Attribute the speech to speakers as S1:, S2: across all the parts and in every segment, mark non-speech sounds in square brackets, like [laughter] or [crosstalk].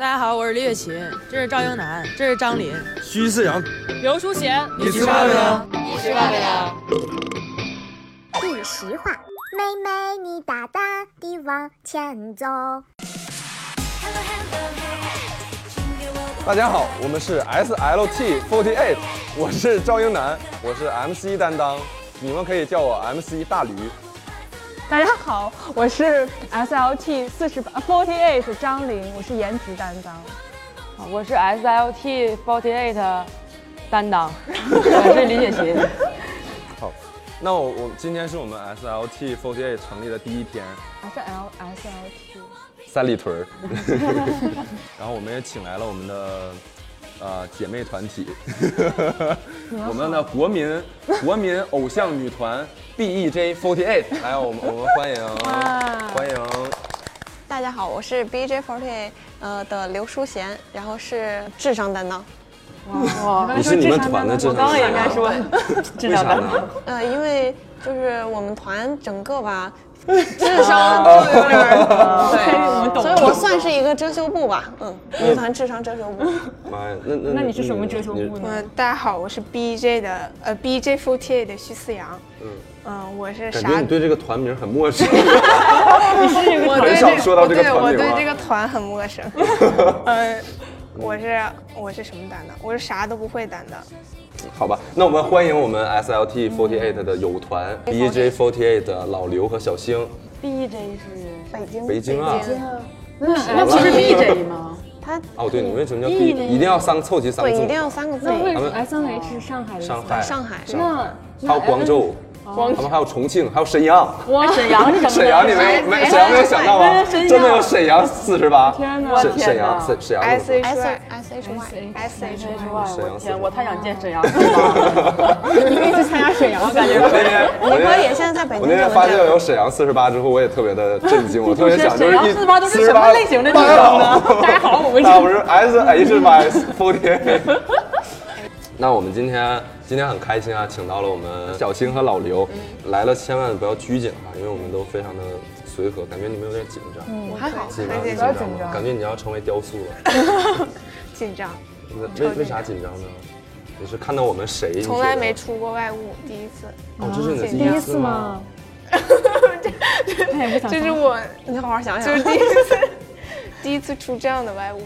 S1: 大家好，我是李雪琴，这是赵英男，这是张琳，
S2: 徐世阳，
S1: 刘淑贤，
S2: 你吃饭没有？
S3: 你吃饭没有？
S4: 定时话，妹妹你大大地往前走。
S2: 大家好，我们是 SLT48，我是赵英男，我是 MC 担当，你们可以叫我 MC 大驴。
S5: 大家好，我是 SLT 四十八 Forty Eight 张琳，我是颜值担当。
S3: 我是 SLT Forty Eight 担当，我是李雪琴。
S2: 好，那我我今天是我们 SLT48 成立的第一天，
S5: SL SLT
S2: 三里屯儿， [laughs] 然后我们也请来了我们的呃姐妹团体， [laughs] 我们的国民国民偶像女团 E BEJ48，来，我们我们欢迎欢迎
S6: 大家好，我是 BJ48 呃的刘淑贤，然后是智商担当。
S2: 你是你们团的智商
S3: 刚刚也应该说，
S2: 为啥呢？
S6: 呃，因为就是我们团整个吧，智商就有点儿、
S3: 哦
S6: 对， [laughs] 所以我算是一个遮羞布吧，嗯，我们团智商遮羞布。
S2: 妈呀，那那那你是什么追求目
S7: 嗯，大家好，我是 BJ 的呃 BJ48 的徐思阳。嗯我是
S2: 感
S7: 啥
S2: 觉你？对这个团名很陌 [laughs] 生，
S7: 我
S2: 很
S7: 对
S2: 少说到这个
S7: 我对
S2: 团名啊
S7: 我
S2: 嗯
S7: 对这个团很陌生。呃，我是我是什么担当？我是啥都不会担当。
S2: 好吧？那我们欢迎我们 SLT 4 8的友团 BJ 4 8的老刘和小星，
S3: BJ 是
S2: 北京啊。
S3: 那不是 BJ 吗？
S2: 哦，对，你为什么叫 B？一定要三凑齐三个
S6: 对，
S2: 字母，
S6: 一定要三个字母。
S2: 他们
S5: S N H 是上海的
S2: 上海，
S6: 上海
S2: 上海，还有哦广州，他们还有重庆，还有沈阳。
S3: 哇，沈阳是什么？
S2: 沈阳你没没沈阳没有想到吗？真的有沈阳四十八，天
S3: 哪
S2: 沈
S3: 天哪
S2: 沈阳沈沈阳
S7: S
S2: 有
S7: H
S6: S
S7: Y
S6: S H Y，
S7: S H
S3: 真
S7: Y
S3: 是哇
S2: 沈阳
S3: 我
S2: 四十
S3: 天，
S2: 八
S3: 我太想见沈阳了。你可以去参加沈阳，我感
S2: 我
S3: 觉。
S2: 那天我
S6: 你
S2: 那
S6: 可以
S2: 天
S6: 现在在北
S2: 我那
S6: 京就
S2: 天
S6: 能
S2: 发现
S6: 这样。
S2: 有沈阳四十八之后，我也特别的震惊，我特别想就是
S3: 沈阳
S2: 一
S3: 48都是什么类型的地方呢
S2: [laughs]
S3: 大家好我们是
S2: 那不啊是 S H Y f o 那我们今天今天很开心啊，请到了我们小星和老刘，来了千万不要拘谨啊，因为我们都非常的随和，感觉你们有点紧张，
S6: 嗯，还好。
S2: 紧张
S7: 还
S2: 紧
S7: 紧
S2: 张
S7: 张
S2: 吗感觉你要成为雕塑了，
S7: 紧张，
S2: 嗯为为为啥紧张呢？你是看到我们谁？你觉得
S7: 从来没出过外务，第一次。
S2: 哦，这是你的第
S5: 第
S2: 一
S5: 一
S2: 次
S5: 次
S2: 吗
S5: 吗？？
S7: 这是我
S6: 你好好想
S7: 就
S6: 想
S7: 是。第一次第一次出这样的外务，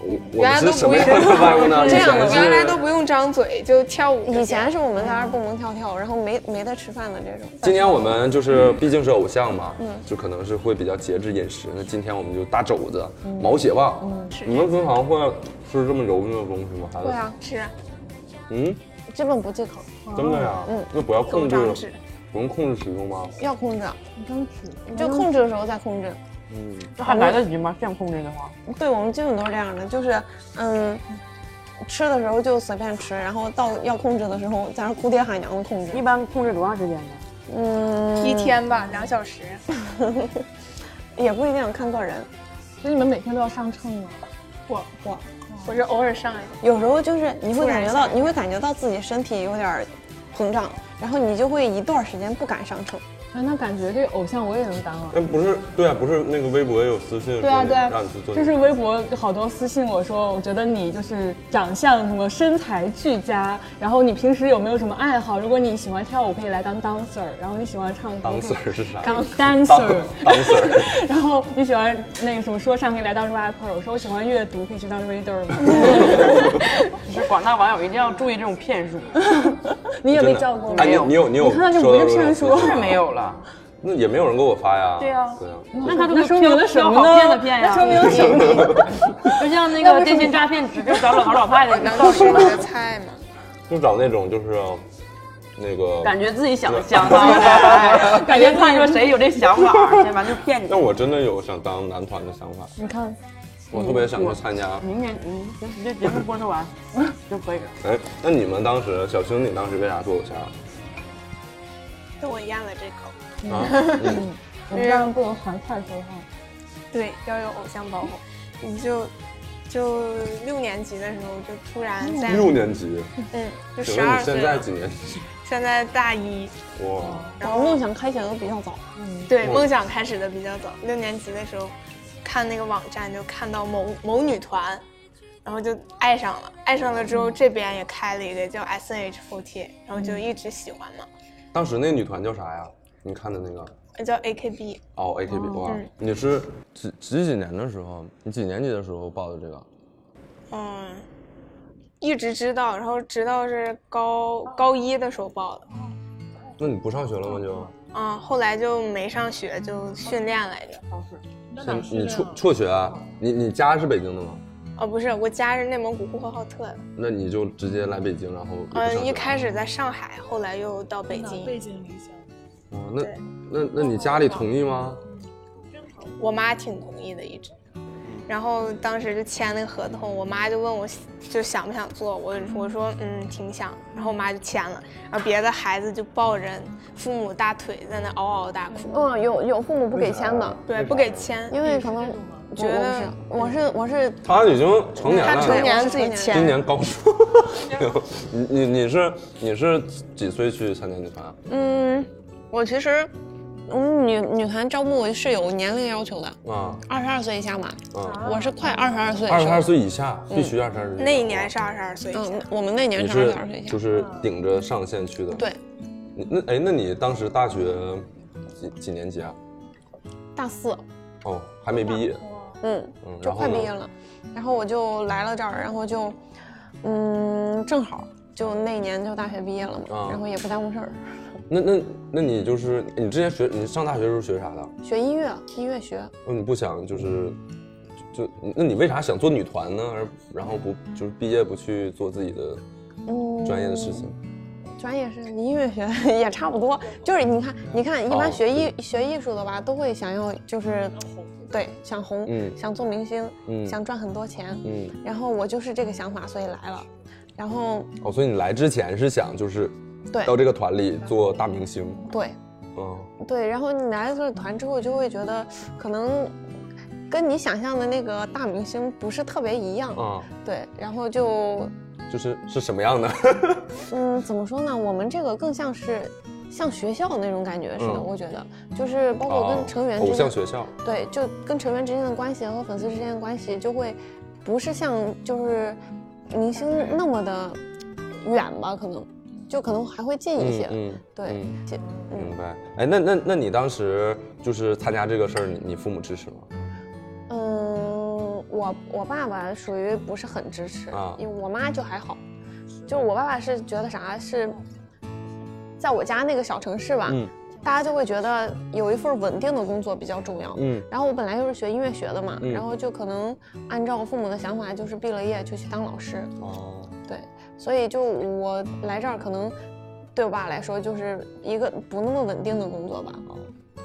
S2: 我我们
S7: 原来
S2: 是
S7: 都
S2: 什
S7: 不
S2: 么
S7: 会
S2: 样的外物呢？
S7: 这样的
S2: 以前是
S7: 原来都不用张嘴就跳舞就行。
S6: 嗯以前是我们在那儿蹦蹦跳跳，然后没没得吃饭的这种。
S7: 啊
S2: 今天我们就是毕竟是偶像嘛，就可能是会比较节制饮食。那今天我们就大肘子、毛血旺。你们平常会吃这么柔嫩的东西吗？孩子
S7: 对啊，是啊
S2: 嗯，
S6: 基本不忌口，
S2: 真的呀？那不要控制
S7: 狗长指，
S2: 不用控制食用吗？
S6: 要控 [laughs] 制。就控制的时候再控制。
S7: 嗯
S3: 这还来得及吗？这样控制的话，
S6: 对，我们基本都是这样的，就是嗯，吃的时候就随便吃，然后到要控制的时候，在那儿哭爹喊娘的控
S3: 一
S6: 制。
S3: 般控制多长时间呢？
S6: 嗯，
S7: 一天吧，两小时。
S6: [laughs] 也不一定看个人，
S5: 那你们每天都要上秤吗？
S7: 我我我是偶尔上来的，
S6: 嗯有时候就是你会
S7: 突然
S6: 感觉
S7: 下
S6: 到，你会感觉到自己身体有点儿膨胀，然后你就会一段时间不敢上秤。
S5: 哎，那感觉这个偶像我也能当啊。
S2: 那不是对啊，不是那个微博也有私信说
S5: 对啊
S2: 你
S5: 对啊
S2: 让你去做，
S5: 就是微博好多私信我说，我觉得你就是长相什么身材俱佳，然后你平时有没有什么爱好？如果你喜欢跳舞，可以来当 dancer，然后你喜欢唱歌
S2: 当 dancer 是啥
S5: 当 dancer，
S2: 当 [laughs] dancer
S5: [laughs] 然后你喜欢那个什么说唱，可以来当 rapper。我说我喜欢阅读，可以去当
S2: [laughs]
S5: reader [laughs] 吗？
S3: 就是广大网友一定要注意这种骗术，
S5: 你也
S2: 真
S5: 被
S2: 的
S5: 叫过吗？
S2: 哎，你你有你有
S5: 你看
S2: 收
S5: 到这
S2: 到
S5: 五个
S2: 这
S5: 圣
S2: 种
S5: 人
S2: 私
S5: 说
S2: 信吗
S3: 是没，有了。
S2: 那也没有人给我发呀。
S3: 对啊
S2: 对啊，
S5: 那他
S3: 那
S5: 说明了什么
S3: 好骗的
S5: 呢？
S3: 骗呀
S5: 那说明了什么？
S3: 就像那个电信诈骗，只就找老老老派的
S7: 能
S3: 到
S7: 是
S3: 手
S7: 我的
S3: 了，
S7: 菜吗？
S2: 就找那种就是那个
S3: 感觉自己想想当的， [laughs] 感觉看说谁有这想法，先完就骗你
S2: 那。我真的有想当男团的想法，
S5: 你看，
S2: 我特别想去参加。
S3: 明年，嗯，行，这节目播出完就可以了。
S2: 哎，那你们当时，小兄弟当时为啥做偶像
S7: 跟我咽了这口。
S2: 啊？嗯，
S5: 我这样不能含块说话。
S7: 对，要有偶像包袱。你就就六年级的时候，就突然在
S2: 六年级，
S7: 嗯，就
S2: 请
S7: 十
S2: 问
S7: 二
S2: 你
S7: 岁
S2: 现
S7: 了
S2: 在，几年级？
S7: 现在大一。
S2: 哇，
S6: 哦然后梦想开启的都比较早，
S7: 对，
S2: 我
S7: 梦想开始的比较早，六年级的时候。看那个网站，就看到某某女团，然后就爱上了。爱上了之后，这边也开了一个叫 S N H forty，然后就一直喜欢嘛，
S2: 当时那女团叫啥呀？你看的那个
S7: 叫 A K B。
S2: 哦，AKB 哇，你是几几几年的时候？你几年级的时候报的这个？
S7: 嗯，一直知道，然后直到是高高一的时候报的。
S2: 那你不上学了吗？就
S7: 嗯，后来就没上学，就训练来着。
S2: 是你辍辍学啊？你你家是北京的吗？
S7: 哦，不是，我家是内蒙古呼和浩特的。
S2: 那你就直接来北京，然后也不上学
S7: 嗯，
S2: 了
S7: 一开始在上海，后来又到北京。
S2: 哦，那那那你家里同意吗？
S7: 我妈挺同意的，一直。然后当时就签那个合同，我妈就问我，就想不想做，我我说嗯挺想，然后我妈就签了，然后别的孩子就抱着父母大腿在那嗷嗷大哭，
S6: 嗯，有有父母不给签的，
S7: 对，不给签，
S6: 因为可能
S7: 觉得
S6: 我是我是
S2: 他已经成年
S7: 他
S2: 了，
S7: 成年
S6: 自己
S2: 今
S6: 签，
S2: 年高数。
S7: [laughs]
S2: 你你你是你是几岁去参加女团？
S6: 嗯，我其实。嗯，女女团招募是有年龄要求的，
S2: 啊
S6: 二十二岁以下嘛。
S2: 啊，
S6: 我是快二十二岁的
S2: 二
S6: 时
S2: 十
S6: 候
S2: 二，岁以下必须二十二岁以下。
S7: 那一年是二十二岁以下，
S6: 嗯，我们那年
S2: 你
S6: 嗯是二
S2: 是
S6: 十二岁以下
S2: 就。是顶着上限去的。
S6: 对，
S2: 你那哎，那你当时大学几几年级啊？
S6: 大四，
S2: 哦，还没毕业。
S6: 嗯，
S2: 嗯，
S6: 就
S2: 然后
S6: 快
S2: 呢
S6: 毕业了，然后我就来了这儿，然后就，嗯，正好就那年就大学毕业了嘛
S2: 啊，
S6: 然后也不耽误事儿，
S2: 那那那你就是你之前学你上大学的时候学啥的？
S6: 学音乐，音乐学，
S2: 那你嗯不想就是就就那你为啥想做女团呢？而然后不就是毕业不去做自己的
S6: 嗯，
S2: 专业的事情？
S6: 专业是音乐学 [laughs] 也差不多，就是你看，你看，一
S2: 哦
S6: 般学艺、学艺术的吧，都会想要就是，对，想红，
S2: 嗯
S6: 想做明星，
S2: 嗯
S6: 想赚很多钱，
S2: 嗯，
S6: 然后我就是这个想法，所以来了，然后
S2: 哦，所以你来之前是想就是
S6: 对
S2: 到这个团里做大明星，
S6: 对
S2: 嗯，
S6: 对，然后你来了这个团之后，就会觉得可能跟你想象的那个大明星不是特别一样，
S2: 啊、
S6: 对，然后就
S2: 就是是什么样的？
S6: 嗯，怎么说呢？我们这个更像是像学校那种感觉似的，
S2: 嗯哦
S6: 我觉得就是包括跟成员
S2: 偶
S6: 之间，
S2: 像学校，
S6: 对，就跟成员之间的关系和粉丝之间的关系，就会不是像就是明星那么的远吧，可能就可能还会近一些，
S2: 嗯，
S6: 对，
S2: 嗯
S6: 近嗯
S2: 明白。哎，那那那你当时就是参加这个事儿，你你父母支持吗？
S6: 嗯，我我爸爸属于不是很支持，
S2: 啊
S6: 因为我妈就还好，就我爸爸是觉得啥是，在我家那个小城市吧，
S2: 嗯
S6: 大家就会觉得有一份稳定的工作比较重要。
S2: 嗯
S6: 然后我本来又是学音乐学的嘛，
S2: 嗯
S6: 然后就可能按照父母的想法，就是毕了业就去当老师，
S2: 哦，
S6: 对，所以就我来这儿可能对我爸来说就是一个不那么稳定的工作吧。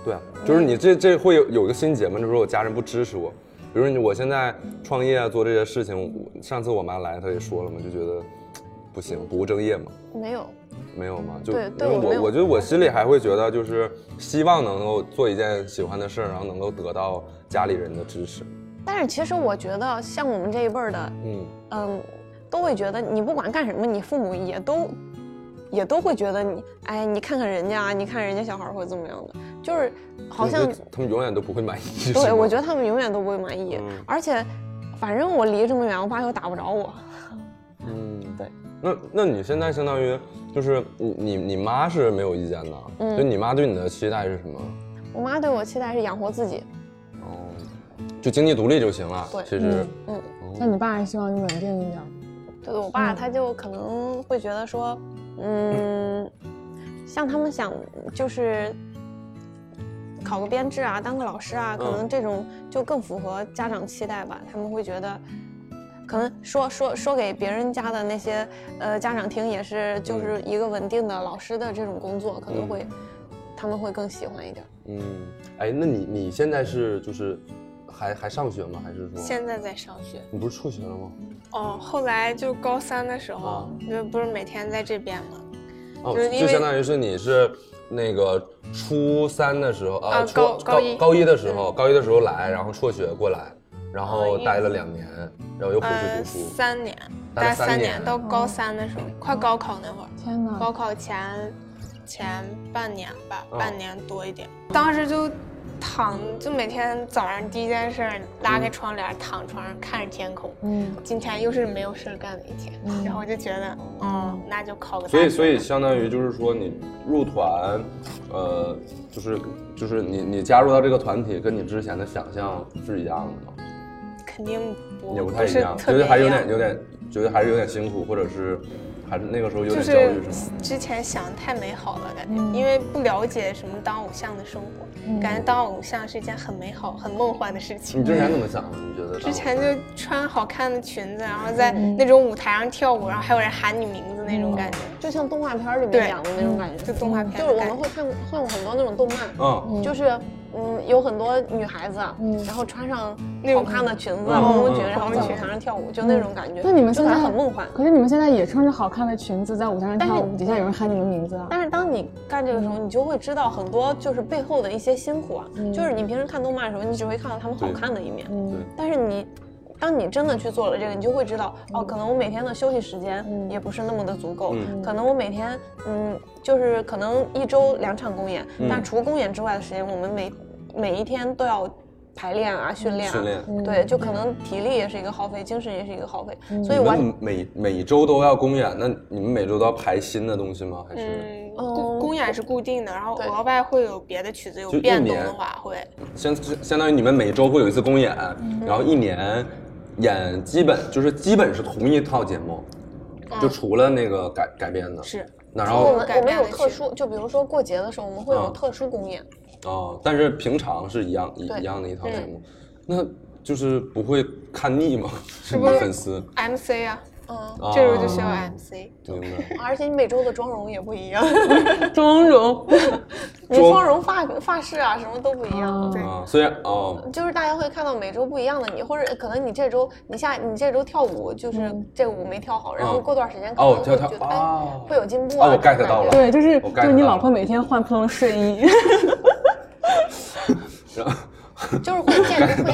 S2: 对啊，
S6: 嗯
S2: 就是你这这会有有一个心结吗？就是我家人不支持我，比如你我现在创业啊做这些事情，我上次我妈来她也说了嘛，就觉得嘖不行，不务正业嘛。
S6: 没有，
S2: 没有吗？就
S6: 对
S2: 因
S6: 对
S2: 为
S6: 我没
S2: 我
S6: 有
S2: 我觉得我心里还会觉得，就是希望能够做一件喜欢的事儿，然后能够得到家里人的支持。
S6: 但是其实我觉得像我们这一辈儿的
S2: 嗯，
S6: 嗯，都会觉得你不管干什么，你父母也都也都会觉得你，哎，你看看人家，你看人家小孩儿或者怎么样的，就是好像
S2: 就是他们永远都不会满意。
S6: 对我觉
S2: 得
S6: 得他们永远都不会满意，
S2: 嗯
S6: 而且反正我离这么远，我爸又打不着我，
S2: 嗯，对。那那你现在相当于就是你你你妈是没有意见的，啊
S6: 嗯
S2: 就你妈对你的期待是什么？
S6: 我妈对我期待是养活自己，
S2: 哦，就经济独立就行了。
S6: 对
S2: 其实
S6: 嗯，
S5: 那你爸还希望你稳定一点。
S6: 对我
S7: 嗯
S6: 爸他就可能会觉得说，嗯，像他们想就是考个编制啊，当个老师啊，可
S7: 嗯
S6: 能这种就更符合家长期待吧。他们会觉得，可能说说说给别人家的那些呃家长听，也是就是
S7: 嗯
S6: 一个稳定的老师的这种工作，可能会他们会更喜欢一点。
S2: 嗯，哎，那你你现在是就是还还上学吗？还是说
S7: 现在在上学。
S2: 你不是辍学了吗？
S7: 哦，后来就高三的时候，
S2: 啊
S7: 就不是每天在这边嘛，
S2: 哦，
S7: 就是因
S2: 就
S7: 为
S2: 相当于是你是那个初三的时候啊
S7: 啊
S2: 初
S7: 高高一
S2: 高一的时候，高一的时候来，然后辍学过来，然后
S7: 嗯
S2: 待了两年，然后又回去
S7: 呃，
S2: 读书。
S7: 三年，
S2: 待了
S7: 待
S2: 三
S7: 三
S2: 年
S7: 到高三的时候，快高考那会儿，
S5: 天哪！
S7: 高考前前半年吧，
S2: 哦
S7: 半年多一点。当时就躺就每天早上第一件事儿拉
S2: 嗯
S7: 开窗帘儿躺床上看着天空，嗯，今天又是没有事儿干的一天， [laughs] 然后我就觉得，嗯，那就考个大
S2: 所
S7: 学，
S2: 以，所以相当于就是说，你入团，呃，就是就是你你加入到这个团体，跟你之前的想象是一样的吗？
S7: 肯定不
S2: 也不太一
S7: 是
S2: 样，
S7: 特
S2: 觉
S7: 别
S2: 得还有
S7: 一样
S2: 点有点，觉得还是有点辛苦，或者是还是那个时候有
S7: 就
S2: 点焦
S7: 是嗯
S2: 虑，是吗？
S7: 之前想的太美好了，感觉，因为不了解什么当偶像的生活，感觉当偶像是一件很美好、很梦幻的事情。
S2: 你之前怎么想的？你觉得当
S7: 之前就穿好看的裙子，然后在
S6: 嗯
S7: 那种舞台上跳舞，然后还有人喊你名字那种感觉，
S6: 就像动画片儿里
S7: 对嗯
S6: 面讲的那种感觉，嗯
S7: 就动画片
S6: 就是
S7: 的
S6: 我
S7: 感
S6: 们
S7: 觉
S6: 会看会有很多那种动漫，
S2: 嗯，
S6: 就是嗯，有很多女孩子，啊
S5: 嗯
S6: 然后穿上好看的裙子、
S2: 嗯
S6: 蓬松裙，
S2: 嗯
S6: 然后去台上跳舞，就那种感觉。
S5: 嗯那你们现在
S6: 就很梦幻。啊
S5: 可是你们现在也穿着好看的裙子在舞台上跳
S6: 但
S5: 舞，
S6: 是
S5: 底下有人喊你们名字啊。
S6: 但是当你干这个时
S7: 嗯
S6: 候，你就会知道很多就是背后的一些辛苦啊。就是你平时看动漫的时候，你只会看到他们好看的一面，
S7: 嗯
S2: 对。
S6: 但是你。当你真的去做了这个，你就会知道，
S7: 嗯
S6: 哦，可能我每天的休息时间也不是那么的足够，
S2: 嗯
S6: 可能我每天，嗯，就是可能一周两场公演，
S2: 嗯
S6: 但除公演之外的时间，我们每每一天都要排练啊、训练啊，
S2: 训练
S7: 嗯
S6: 对，就可能体力也是一个耗费，精神也是一个耗费，所以
S2: 你
S6: 我
S2: 们每每周都要公演，那你们每周都要排新的东西吗？还是
S7: 嗯，
S6: 嗯
S7: 公公演是固定的，然后
S6: 对
S7: 额外会有别的曲子有
S2: 就一
S7: 变动
S2: 年
S7: 的话会。
S2: 相相当于你们每周会有一次公演，
S7: 嗯
S2: 然后一年演基本就是基本是同一套节目，就除了那个改改编的。
S7: 嗯是。
S2: 那然
S6: 我
S2: 后
S6: 们
S7: 改
S6: 我们
S7: 变
S6: 有
S7: 了
S6: 特
S7: 去
S6: 殊，就比如说过节的时候，我们会有
S2: 嗯
S6: 特殊公演，
S2: 哦，但是平常是一样一
S6: 对
S2: 一样的一套节目，那就是不会看腻吗？是
S7: 不是
S2: 粉丝？
S7: MC 啊，嗯，
S2: 啊
S7: 这时候就需要 MC。
S2: 明白。
S6: [laughs] 而且你每周的妆容也不一样，
S5: [laughs] 妆容，
S6: 你
S2: 妆
S6: 妆容、发发饰啊，什么都不一样。
S7: 对
S2: 啊，虽然哦，
S6: 就是大家会看到每周不一样的你，或者可能你这周你下你这周跳舞就是
S5: 嗯
S6: 这个舞没跳好，然后
S2: 嗯
S6: 过段时间可能
S2: 哦
S6: 会
S2: 跳
S6: 觉
S2: 跳
S6: 得哎
S2: 哦，
S6: 会有进步
S2: 哦
S6: 啊。
S2: 我 get
S6: 这种感觉
S2: 到了
S5: 对，就是
S2: 我
S5: 就
S2: get
S5: 是你
S2: 到
S5: 老
S2: 了
S5: 婆每天换不同的睡衣，
S2: 然后
S6: 就是会渐逐会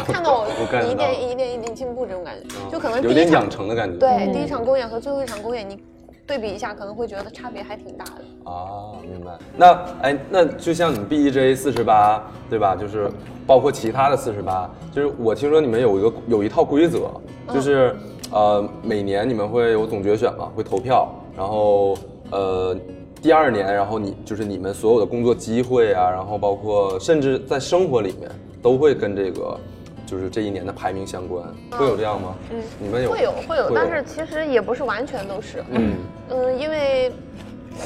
S6: 看
S2: [laughs]
S6: 到
S2: 我 get
S6: 你一
S2: 到了哦
S6: 点一点一点进步这种感觉，就可能
S2: 有
S6: 第一
S2: 点养
S6: 场
S2: 成的感觉。
S5: 嗯
S6: 对第一场公演和最后一场公演你对比一下，可能会觉得差别还挺大的。
S2: 哦，明白。那哎，那就像你 B E J 四十八，对吧？就是包括其他的四十八，就是我听说你们有一个有一套规则，就是、呃，每年你们会有总决选嘛，会投票，然后呃。第二年，然后你就是你们所有的工作机会啊，然后包括甚至在生活里面都会跟这个，就是这一年的排名相关，会有这样吗？嗯，你们有
S6: 会有会有，但是其实也不是完全都是。
S2: [laughs] 嗯
S6: 嗯，因为，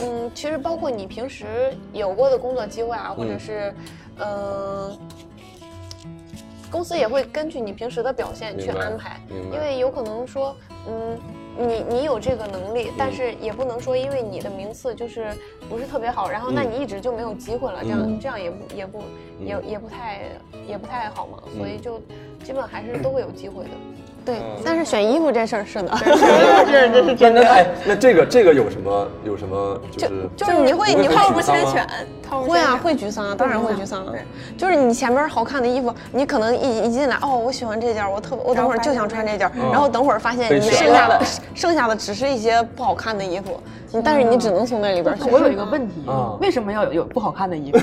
S6: 嗯，其实包括你平时有过的工作机会啊，或者是，嗯。公司也会根据你平时的表现去
S2: 明白
S6: 安排，
S2: 明白
S6: 因为有可能说，嗯，你你有这个能力，
S2: 嗯
S6: 但是也不能说因为你的名次就是不是特别好，然后那
S2: 嗯
S6: 你一直就没有机会了，这
S2: 嗯
S6: 样这样也不也不也也不太也不太好嘛，所以
S2: 嗯
S6: 就基本还是都会有机会的。对，但是选衣服这事儿 [laughs] 是的，
S2: 那那哎，那这个这个有什么有什么就是
S6: 就是你会你会
S2: 套
S7: 不
S2: 猜
S7: 猜拳，套不
S6: 会啊
S7: 猜
S6: 会沮丧啊，当然会沮丧啊。就是你前面好看的衣服，你可能一一进来，哦，我喜欢这件儿，我特我等会儿就想穿这件儿，然后等会儿发现
S2: 嗯被
S6: 你
S2: 选
S6: 剩下
S2: 了
S6: 的剩下的只是一些不好看的衣服，你但是你只能从那里边选。
S1: 我有一个问题
S2: 啊，
S1: 为什么要有有不好看的
S2: [laughs]
S1: 衣服？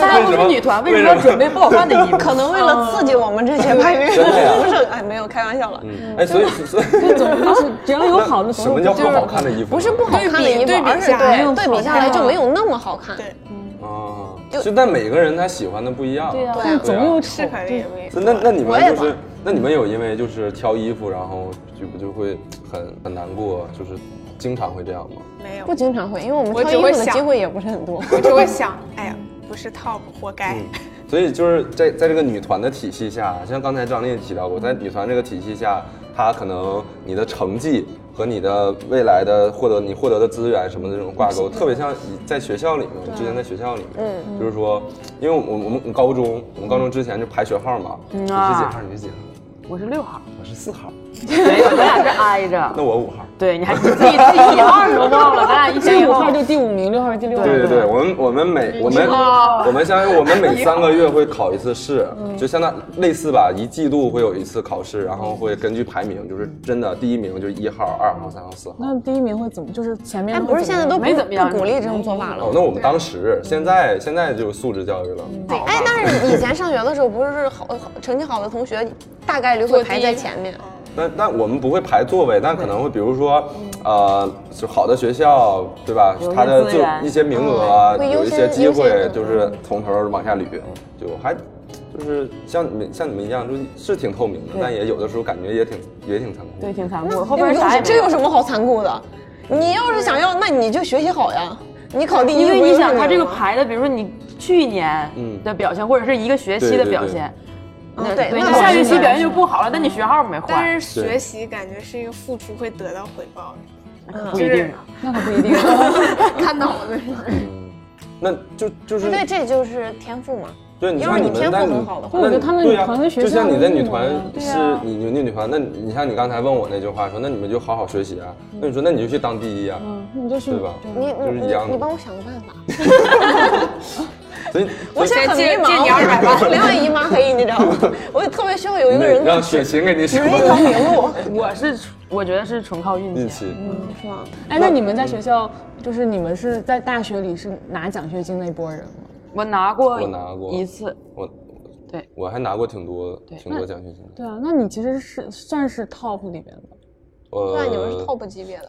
S1: 大家都是女团，为什么要准备不好看的衣
S2: [laughs]
S1: 服？
S6: 可能为了刺激我们这些拍片，
S2: 真的呀
S6: 不是哎，没有开玩笑了，
S2: 嗯哎，所以所以
S5: 总就是只要有好
S2: [laughs]
S5: 的
S2: 什么叫不好看的衣服？
S6: 不是不
S2: 嗯
S6: 好看的衣服，而是
S3: 哎
S6: 对对比下来就没有那么好看。
S7: 对
S2: 啊，
S6: 就
S2: 就但每个人他喜欢的不一样。
S5: 对呀，
S6: 对啊
S5: 但总有丑
S7: 是肯
S6: 哦
S7: 定也
S2: 所以那那你
S6: 我
S2: 们
S6: 也
S2: 就是
S6: 吧
S2: 那你们有因为就是挑衣服，然后就就会很很难过，就是经常会这样吗？
S7: 没有
S6: 不，经常会，因为我们
S7: 我
S6: 挑
S7: 只
S6: 衣服
S7: 会
S6: 的
S7: 想
S6: 机会也不是很多。
S7: 我就会想，哎呀，
S6: 嗯
S7: 不是 top 活该。
S2: 所以就是在在这个女团的体系下，像刚才张丽也提到过，在女团这个体系下，她可能你的成绩和你的未来的获得你获得的资源什么的这种挂钩，特别像以在学校里面，我之前在学校里
S3: 嗯
S2: 面，
S3: 啊
S2: 啊就是说，因为我们我们我们高中，我们高中之前就排学号嘛，你是几号？你是几号？
S3: 我是六号，
S8: 我是四号，
S3: 没有，咱俩是挨
S8: 那
S3: 着。
S8: 我五号。
S3: 对，你还你自己自己一号你都忘了，咱俩一
S5: [laughs]
S3: 前
S5: 这
S3: 一
S5: 五
S3: 后。
S5: 号就第五名，六号是第六名。
S2: 对对对，我们我们每我们我们相当于我们每三个月会考一次试，就相当类似吧，一季度会有一次考试，然后会根据排名，就是真的第一名就是一号、二号、三号、四号。
S5: 那第一名会怎么？就是前面
S6: 哎，
S5: 会
S6: 不是
S5: 怎
S6: 现
S5: 么
S6: 在都不
S3: 没怎么样
S6: 不鼓励这种做法了
S2: 哦，。那我们当时现在现在就素质教育了，
S6: 对，哎，但是以前上学的时候，不是好好成绩好的同学大概率会排在前面。
S2: 但但我们不会排座位，但可能会比如说，呃，就好的学校，对吧
S3: 有一？些
S2: 它的
S3: 资
S2: 就
S3: 源
S2: 一些名额啊
S6: 嗯，会
S2: 有
S6: 优
S2: 一
S6: 先
S2: 些机
S6: 优先
S2: 会
S6: 的，
S2: 就是从头往下捋，就还就是像你们像你们一样，就是是挺透明的，但也有的时候感觉也挺也挺残酷。
S3: 对，挺残酷的。后边啥也
S6: 这
S3: 没
S6: 有哎这有什么好残酷的？你要是想要，那你就学习好呀，你考第一。
S3: 因为
S6: 不就
S3: 你
S6: 是
S3: 想，
S6: 那
S3: 他这个
S6: 吗
S3: 排的，比如说你去年
S2: 嗯
S3: 的表现，或者是一个学期
S2: 对
S3: 的
S2: 对
S3: 表
S2: 对
S3: 现，
S6: 嗯
S3: 那
S6: 对
S3: 对
S6: 那
S3: 你
S6: 我
S3: 下
S6: 明
S3: 学期
S6: 白
S3: 表现就不好了，但你学号没换，
S7: 但是学习感觉是一个付出会得到回报的，
S6: 嗯
S3: 不一定。
S5: 那可不 [laughs] 一定。
S7: 看脑子。
S2: 那就就是
S6: 啊对，这就是天赋嘛。
S2: 对，你
S6: 要
S2: 像
S6: 是
S2: 你
S6: 你
S2: 们
S6: 天赋
S2: 那
S6: 很
S2: 你
S6: 好的话
S2: 那
S5: 我觉得
S2: 你
S5: 他们
S2: 对
S5: 女
S2: 呀
S5: 团跟学
S2: 就
S5: 校
S2: 像你在
S5: 都
S2: 女
S5: 不一
S2: 团
S5: 样
S2: 是你你女团，那你你像你刚才问我那句话说，那你们就好好学习啊，那你说那你就去当第一啊，
S5: 嗯，你就去
S2: 对吧？
S6: 你
S2: 就是
S6: 你
S2: 一
S6: 你
S2: 样的
S6: 你帮我想个办法。
S2: 所以
S6: 我现在很迷
S7: 借借
S6: 茫，
S7: 你200万
S6: 两眼一抹黑，你知道吗？我特别需要有一个人
S2: 让雪琴给你指
S6: 指明路，
S3: [laughs] 我是我觉得是纯靠运
S2: 运
S3: 气。
S2: 气。
S6: 是吗？
S5: 哎，那你们在学校，就是你们是在大学里是拿奖学金那波人吗？
S3: 我拿过，
S2: 我拿过
S3: 一次，
S2: 我
S3: 对，
S2: 我还拿过挺多
S3: 对
S2: 挺多奖学金的。
S5: 对啊，那你其实是算是 top 里边的。
S2: 呃
S6: 那你们是 top 级别的，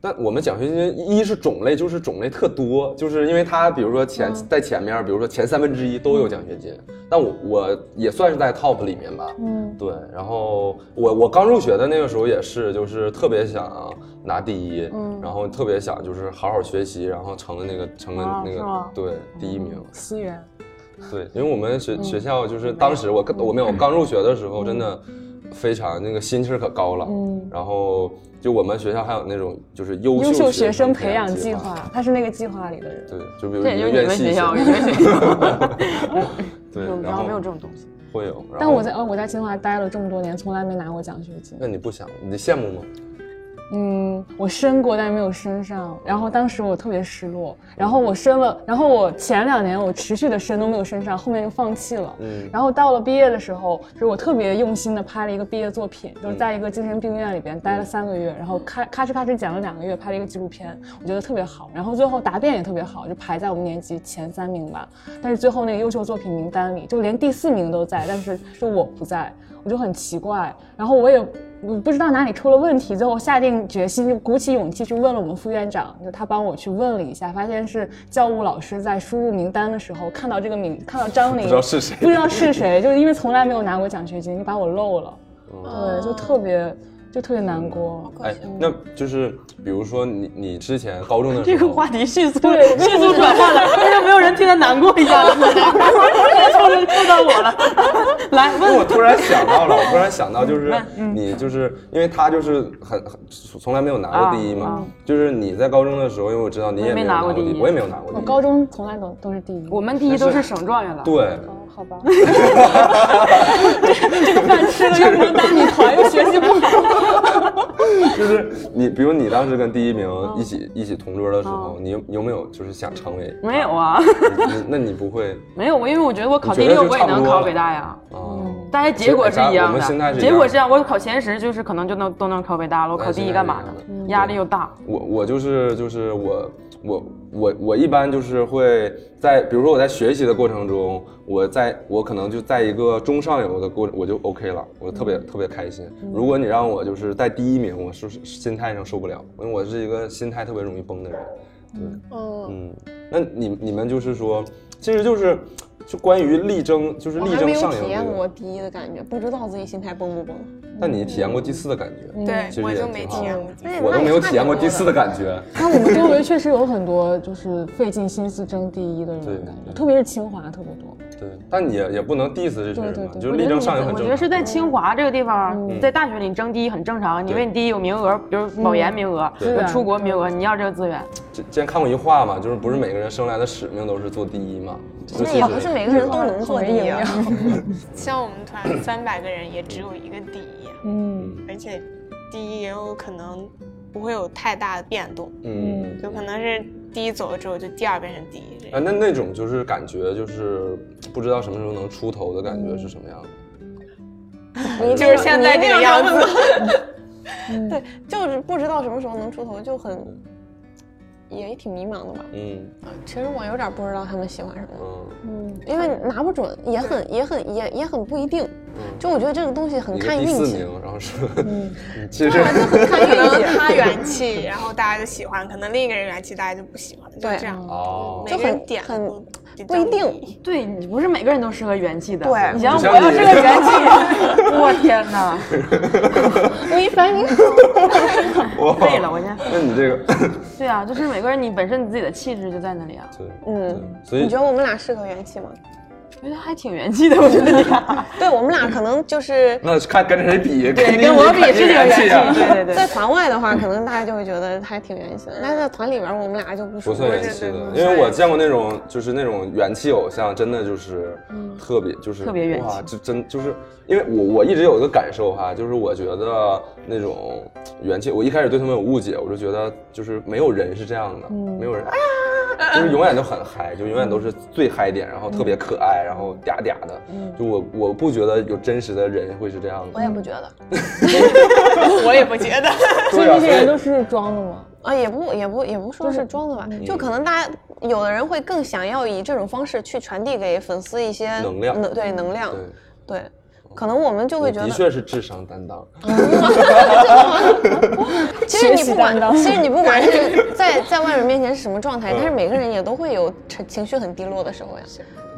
S2: 那我们奖学金一是种类，就是种类特多，就是因为它比如说前、在前面，比如说前三分之一都有奖学金，那我我也算是在 top 里面吧。
S5: 嗯，
S2: 对，然后我我刚入学的那个时候也是，就是特别想拿第一，然后特别想就是好好学习，然后成了那个成了
S3: 啊
S2: 那
S3: 是
S2: 个、
S3: 吗
S2: 对第一名。
S5: 思源，
S2: 对，因为我们学、学校就是当时我跟我没有刚入学的时候，真的非常那个心气儿可高了。然后就我们学校还有那种就是优
S5: 优秀学
S2: 学
S5: 生
S2: 生
S5: 培
S2: 培
S5: 养计
S2: 计
S5: 划。，他是那个计划里的人。
S2: 对，就比如
S3: 这也就是你
S2: 院
S3: 们
S2: 系
S3: 学校，
S2: 生
S3: 你们学校，
S2: [laughs] 对，
S3: 我们学
S2: 然
S3: 校
S2: 后
S3: 嗯没有这种东西。
S2: 会有。然
S5: 但
S2: 后
S5: 我在哦，我在清华待了这么多年，从来没拿过奖学金。
S2: 那你不想，你羡慕吗？
S5: 嗯，我申过，但是没有申上。然后当时我特别失落。然后我申了，然后我前两年我持续的申都没有申上，后面就放弃了。
S2: 嗯，
S5: 然后到了毕业的时候，就是我特别用心的拍了一个毕业作品，就是在一个精神病院里边待了三个月，然后咔咔哧咔哧讲了两个月，拍了一个纪录片，我觉得特别好。然后最后答辩也特别好，就排在我们年级前三名吧。但是最后那个优秀作品名单里，就连第四名都在，但是就我不在，我就很奇怪。然后我也我不知道哪里出了问题，最后下定决心，就鼓起勇气去问了我们副院长，就他帮我去问了一下，发现是教务老师在输入名单的时候看到这个名，看到张琳，
S2: 不知道是谁
S5: 不知道是谁，就是因为从来没有拿过奖学金，就把我漏了，对，就特别就特别难过。
S2: 哎，那就是比如说你你之前高中的时
S3: 这
S2: 候，
S3: 个话题迅速迅速转换 [laughs] 了，但是没有人听得难过一 [laughs] 样，直接冲着冲到我了。来
S2: [laughs] 那
S3: 问
S2: 我突然想到了，我突然想到就是
S3: 嗯
S2: 你就是因为他就是很很从来没有拿过第一
S3: 啊
S2: 嘛，就是你在高中的时候，因为我知道你也没有拿过
S3: 我也没拿过第
S2: 第
S3: 一
S2: 一，我也没有拿过第
S5: 我
S2: 一。
S5: 高中从来都都是第一，
S3: 我们第一都是省状元了，
S2: 对，
S5: 好吧，这个饭吃了又不能当女团，又学习
S2: [laughs]
S5: 不好，
S2: 就是你比如你当时跟第一名
S5: 嗯
S2: 一起一起同桌的时候，你有你有没有就是想成为？
S3: 嗯没有啊，
S2: 你，你那你不会
S3: 没有我，因为我觉得我考
S2: 你觉
S3: 第
S2: 得
S3: 六
S2: 就
S3: 我也能
S2: 差不多
S3: 考
S2: 了
S3: 北大呀。
S2: 啊？
S5: 嗯
S3: 但是结果是一样
S2: 我们心态
S3: 的，
S2: 是一样的
S3: 结果是这样，我考前十就是可能就能都能考北大了，我考第一干嘛呢
S2: 哎现在是一样？的
S3: 压力又大，
S2: 我我就是就是我我我我一般就是会在比如说我在学习的过程中，我在我可能就在一个中上游的过我就 OK 了，我特别、
S6: 嗯
S2: 特别开心。如果你让我就是在第一名，我是心态上受不了，因为我是一个心态特别容易崩的人。
S6: 嗯，
S2: 嗯，那你你们就是说，其实就是就关于力争就是
S6: 我
S2: 力
S6: 还
S2: 争
S6: 没有
S2: 上
S6: 体
S2: 游、
S6: 验
S2: 这
S6: 过
S2: 个，
S6: 第一的感觉，不知道自己心态崩不崩。
S2: 但你体验过第四的感觉，其
S7: 对，
S2: 实
S7: 嗯我
S2: 也
S7: 就
S2: 挺
S7: 没啊
S2: 好
S7: 体验
S2: 的
S7: 过。
S6: 嗯那
S2: 我都
S6: 那也
S2: 没有
S6: 差
S2: 体验过
S6: 挺多
S2: 第四的感觉。
S5: 那我们周围确实有很多就是费尽心思争第一的
S2: 对
S5: 人，感觉
S2: 对
S5: 特别是清华特别多。
S2: 对，但也也不能 diss 这些人
S5: 对
S2: 嘛，
S5: 对对
S2: 就是力争上游很
S3: 我
S2: 正
S3: 觉
S2: 嗯常
S3: 得。是在清华这个地方，在大学里你争第一很正常。你为你第一有名额，比如保研名额、
S2: 对
S3: 我出国名额，你要这个资源。
S2: 之之前看过一话嘛，就是不是每个人生来的使命都是做第一嘛，尤
S6: 那
S2: 其
S6: 也不是每个人都能做第一 [laughs] 啊。
S7: 像我们团三百个人，也只有一个第一，
S5: 嗯，
S7: 而且第一也有可能不会有太大的变动，
S2: 嗯，
S7: 有可能是第一走了之后，就第二变成第一这
S2: 啊，
S7: 样。
S2: 那那种就是感觉就是不知道什么时候能出头的感觉是什么样的？
S7: 就是现在这个样子，
S6: 对，就是不知道什么时候能出头，就很也挺迷茫的吧。
S2: 嗯
S6: 其实我有点不知道他们喜欢
S7: [laughs]
S6: 什么，
S2: 嗯
S6: 因为拿不准，也很也很也也很不一定。就我觉得这个东西很
S2: 嗯一
S6: 看
S2: 个第
S6: 运
S2: 四
S6: 气，
S2: 名，然后是，
S3: 嗯
S2: [laughs] 其实
S7: 他可能
S6: [laughs]
S7: 他元气，然后大家就喜欢；可能另一个人元气，大家就不喜欢，就
S6: 对
S7: 这样。
S2: 哦，
S7: 每个人点
S6: 很
S7: 都
S6: 不一定。
S3: 对你不是每个人都适合元气的。
S6: 对
S3: 你想
S2: 就像
S3: 我要
S2: 你
S3: 是个元气，
S2: [laughs]
S3: 我天哪，
S6: 吴亦凡你好，
S2: 哇
S3: 废了我现在。
S2: 那你这个，
S3: 对啊，就是每个人你本身你自己的气质就在那里啊。
S2: [laughs] 对，
S6: 嗯，
S2: 所以
S6: 你觉得我们俩适合元气吗？
S3: 我觉得还挺元气的，我觉得你啊
S2: [laughs]
S3: 俩
S5: 嗯
S6: 对我们俩可能就是
S2: 那看跟谁比，跟你
S3: 跟我比
S2: 肯
S3: 是
S2: 定
S3: 挺元气
S2: 啊
S3: 的。对对
S6: 在
S3: 对，
S6: 团外的话，可能大家就会觉得还挺元气的，但是在团里边，我们俩就不
S2: 不
S6: 熟。
S2: 算元气的，因为我见过那种就是那种元气偶像，真的就是
S6: 嗯
S2: 特别就是
S3: 特别元气
S2: 哇，就真就是因为我我一直有一个感受哈，就是我觉得那种元气，我一开始对他们有误解，我就觉得就是没有人是这样的，
S6: 嗯
S2: 没有人哎呀，就是永远都很嗨，就永远都是最嗨点，然后
S6: 嗯
S2: 特别可爱，然后嗲嗲的，就我我不觉得有真实的人会是这样
S6: 我
S2: 的，
S6: 也不觉得，
S7: 我也不觉得，
S5: 所
S2: 对
S5: 以这
S2: 啊，
S5: 些
S2: 所
S5: 人
S2: 以
S5: 都是装的吗？
S6: 啊，也不也不也不说是装的吧，
S5: 嗯
S6: 就可能大家有的人会更想要以这种方式去传递给粉丝一些
S2: 能量
S6: 能对能量，
S2: 对。
S6: 对，可能我们就会
S2: 你
S6: 觉得嗯
S2: 的，确是智商担当，
S6: 其实你
S5: 学习
S6: 不
S5: 担
S6: 管，
S5: 当
S6: 其实你
S5: [laughs]
S6: 不管是在在外人面前是什么状态，但
S2: 嗯
S6: 是每个人也都会有情情绪很低落的时候呀，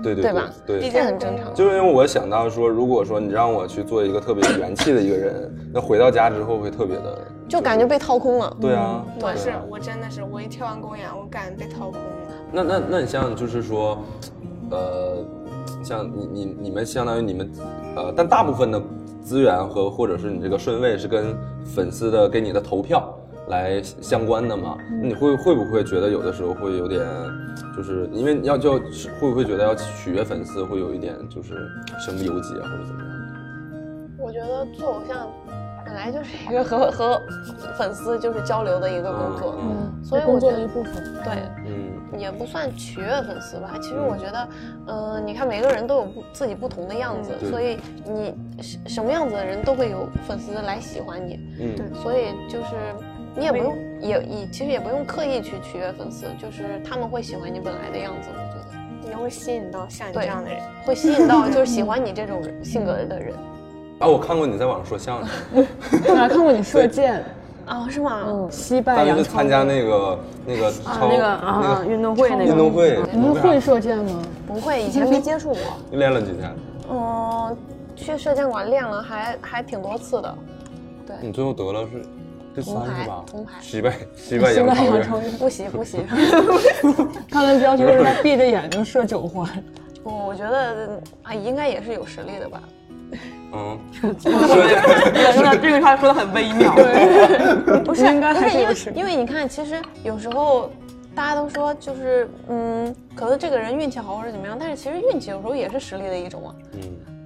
S2: 对对
S6: 对吧
S2: 对，
S6: 这很正常。
S2: 就是因为我想到说，如果说你让我去做一个特别元气的一个人，那回到家之后会特别的，
S6: 就感觉被掏空了。
S2: 对啊，
S7: 嗯我
S2: 对
S7: 是
S2: 啊
S7: 我真的是，我一跳完公演，我感觉被掏空了。
S2: 那那那你像就是说，呃，像你你你们相当于你们，呃，但大部分的资源和或者是你这个顺位是跟粉丝的给你的投票来相关的嘛？
S7: 嗯
S2: 那你会会不会觉得有的时候会有点，就是因为你要就要会不会觉得要取悦粉丝会有一点就是身不由己啊或者怎么样？
S6: 我觉得做偶像本来就是一个和和粉丝就是交流的一个工作，
S2: 嗯
S6: 所以我
S5: 工
S6: 觉
S5: 作的一
S6: 得
S5: 部
S6: [laughs]
S5: 分。
S6: 对
S2: 嗯。
S6: 也不算取悦粉丝吧。其实我觉得，嗯、你看每个人都有不自己不同的样子，
S2: 对
S6: 所以你什什么样子的人都会有粉丝来喜欢你，
S2: 嗯
S6: 所以就是你也不用也也其实也不用刻意去取悦粉丝，就是他们会喜欢你本来的样子，我觉得
S7: 也会吸引到像你
S6: 对
S7: 这样的人。
S6: 会吸引到就是喜欢你这种人性格的人。
S2: 啊，我看过你在网上说相声，
S5: 我啊还看过你射箭，
S6: 啊，是吗？
S5: 嗯，惜败
S2: 当时
S5: 杨
S2: 就
S5: 超
S2: 参加那个那个超
S3: 那个啊运动会那个
S2: 运动会，
S5: 你们会射箭吗？
S6: 不会，以前没接触过。
S2: 你练了几天？
S6: 嗯，去射箭馆练了还还挺多
S5: [laughs]
S6: 次的，
S2: 你最后得了是第三
S6: 铜牌
S2: 是吧？
S6: 铜
S2: [laughs]
S6: 牌
S2: 惜败惜败杨超越，
S6: 不惜不惜。
S5: 刚才标题就是他闭着眼睛射九环，
S6: [laughs] 我我觉得啊，应该也是有实力的吧。
S2: 嗯，
S3: 这个话说的很微妙。 [laughs]
S6: 不是，
S5: 应该还
S6: 不
S5: 是
S6: 因
S5: 有
S6: 为
S5: 实力
S6: 因为你看，其实有时候大家都说就是嗯，可能这个人运气好或者怎么样，但是其实运气有时候也是实力的一种啊。
S2: 嗯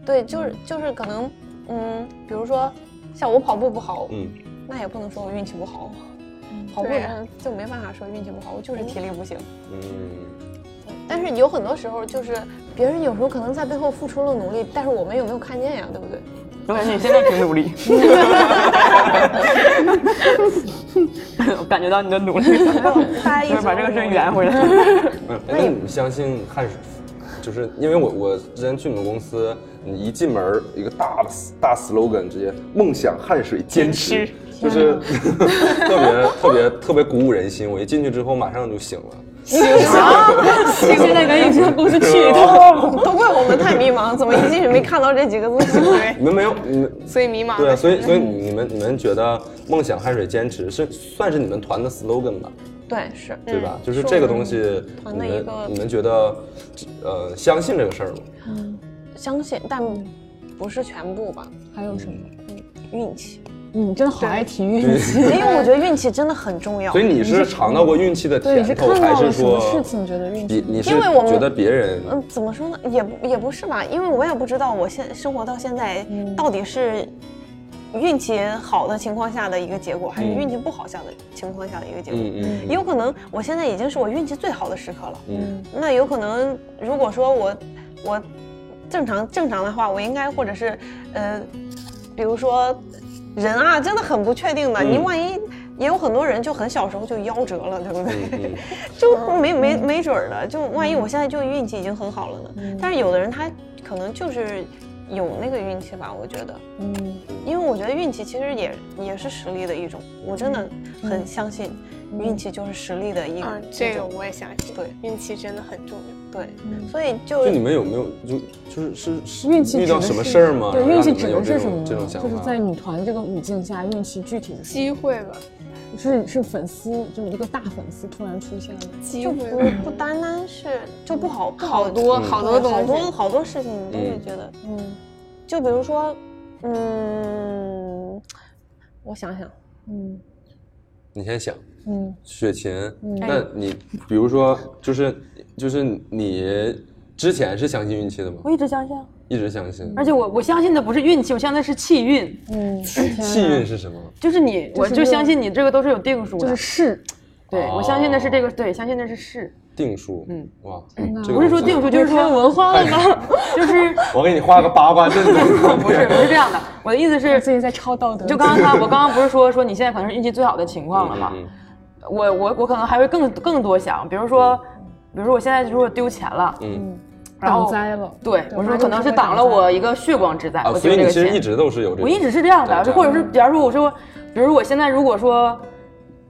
S6: 对，就是就是可能嗯，比如说像我跑步不好，
S2: 嗯，
S6: 那也不能说我运气不好。
S5: 嗯
S6: 跑步
S7: 对啊
S6: 人就没办法说运气不好，我就是体力不行。
S2: 嗯，
S6: 但是有很多时候，就是别人有时候可能在背后付出了努力，但是我们有没有看见呀？对不对？
S3: 我感觉你现在挺努力， [laughs] 我感觉到你的努力，
S6: 大家一
S3: 就
S6: 直
S3: 是把这个事
S6: 都
S3: 儿
S6: 努力
S3: 圆回来。
S2: 哎那你们相信汗水？就是因为我我之前去你们公司，你一进门儿一个大的大 slogan，直接梦想汗水坚持，就是 [laughs] 特别特别特别鼓舞人心。我一进去之后马上就醒了。
S5: 现在赶紧去他公司去一趟。
S2: 啊
S6: 都怪我们太迷茫，怎么一进去没看到这几个字？
S2: 你们没有你们
S7: 所以迷茫
S5: 嗯
S2: 对啊，
S7: 的
S2: 所以所以你们你们觉得梦想汗水坚持是算是你们团的 slogan 吧？
S6: [laughs] 对是，
S2: 对吧？
S6: 嗯
S2: 就是
S6: 我
S2: 这个
S6: 们
S2: 东西，
S6: 团
S2: 你
S6: 的一
S2: 们
S6: 个
S2: 你们觉得，呃，相信这个事儿吗？
S6: 相信，但不是全部吧，
S5: [laughs] 还有什么？
S6: 运气，
S5: 嗯，真的好爱提运气。
S6: 因为我觉得运气真的很重要
S2: 所以。你是尝到过运气的
S5: 对，你
S2: 甜
S5: 是
S2: 头，
S5: 看
S2: 还
S5: 到
S2: 是
S5: 了什么
S2: 说
S5: 事情觉得运
S2: 你
S5: 气？
S2: 你是
S6: 因为我们
S2: 觉得别人
S6: 嗯，怎么说呢？也不也不是吧，因为我也不知道我现生活到现在到底是运气好的情况下的一个结果，还是运气不好下的情况下的一个结果。
S2: 嗯嗯
S6: 也有可能我现在已经是我运气最好的时刻了。
S2: 嗯
S6: 那有可能，如果说我我正常正常的话，我应该或者是呃，比如说人啊，真的很不确定的。
S2: 嗯
S6: 你万一也有很多人就很小时候就夭折了，对不对？
S2: 嗯
S6: [laughs] 就没没没准儿的，就万一我现在就运气已经很好了呢。但是有的人他可能就是有那个运气吧，我觉得，嗯，因为我觉得运气其实也也是实力的一种，我真的很相信运气就是实力的一
S7: 嗯，
S6: 一
S7: 这个
S6: 种
S7: 我也相信，
S6: 对，
S7: 运气真的很重要。
S6: 对，所以就
S2: 就你们有没有就就是是是
S5: 运气
S2: 遇到
S5: 指
S2: 什
S5: 的
S2: 么
S5: 是
S2: 事儿吗？
S5: 对，
S2: 让
S5: 运气
S2: 你们
S5: 指
S2: 有
S5: 的是
S2: 这
S5: 什
S2: 种
S5: 么呢？
S2: 这种想
S5: 就是
S2: 法
S5: 在女团这个语境下，运气具体的是
S7: 机会吧，
S5: 是是粉丝，就是一个大粉丝突然出现的。
S7: 机
S6: 就
S7: 会
S6: 不
S7: 吧。
S6: 不单单是就不好不
S7: 好多好多
S6: 好
S7: 东
S6: 多
S7: 西，
S6: 好多事情你都会
S2: 嗯
S6: 觉得，嗯，就比如说，嗯，我想想，
S2: 你先想，
S5: 嗯，
S2: 雪琴，那
S3: 哎
S2: 你比如说就是就是你之前是相信运气的吗？
S3: 我一直相信啊，
S2: 一直相信，
S3: 而且我我相信的不是运气，我相信的是气运，
S5: 嗯，
S2: 气运是什么？
S3: 就是你，我就相信你这个都是有定数
S5: 就
S3: 的
S5: 是。是
S3: 对，
S2: 哦
S3: 我相信的是这个，对，相信的是是，
S2: 定数，嗯，哇，这个
S3: 不是说
S2: 东
S3: 定
S2: 西
S3: 数，就是
S5: 太有
S3: 说
S5: 文化了吧？
S3: [laughs] 就是
S2: 我给你画个八卦
S3: [laughs]
S2: 阵图，嗯
S3: 不是不是这样的。我的意思 [laughs] 是，
S5: 最近在超道德，
S3: 就刚刚他，我刚刚不是说说你现在可能是运气最好的情况了吗？
S2: 嗯嗯
S3: 我我我可能还会更更多想，比如说，比如说我现在如果丢钱了，
S2: 嗯
S3: 然后
S5: 挡灾了
S3: 对，
S5: 对
S3: 我说
S5: 妈
S3: 可能是挡了我一个血光之灾，
S2: 啊，
S3: 我丢
S2: 所以
S3: 这
S2: 你
S3: 个
S2: 其实一
S3: 钱。
S2: 直都是有这种，
S3: 我一直是这样的，
S2: 对
S3: 就或者是假如说我说，比如我现在如果说。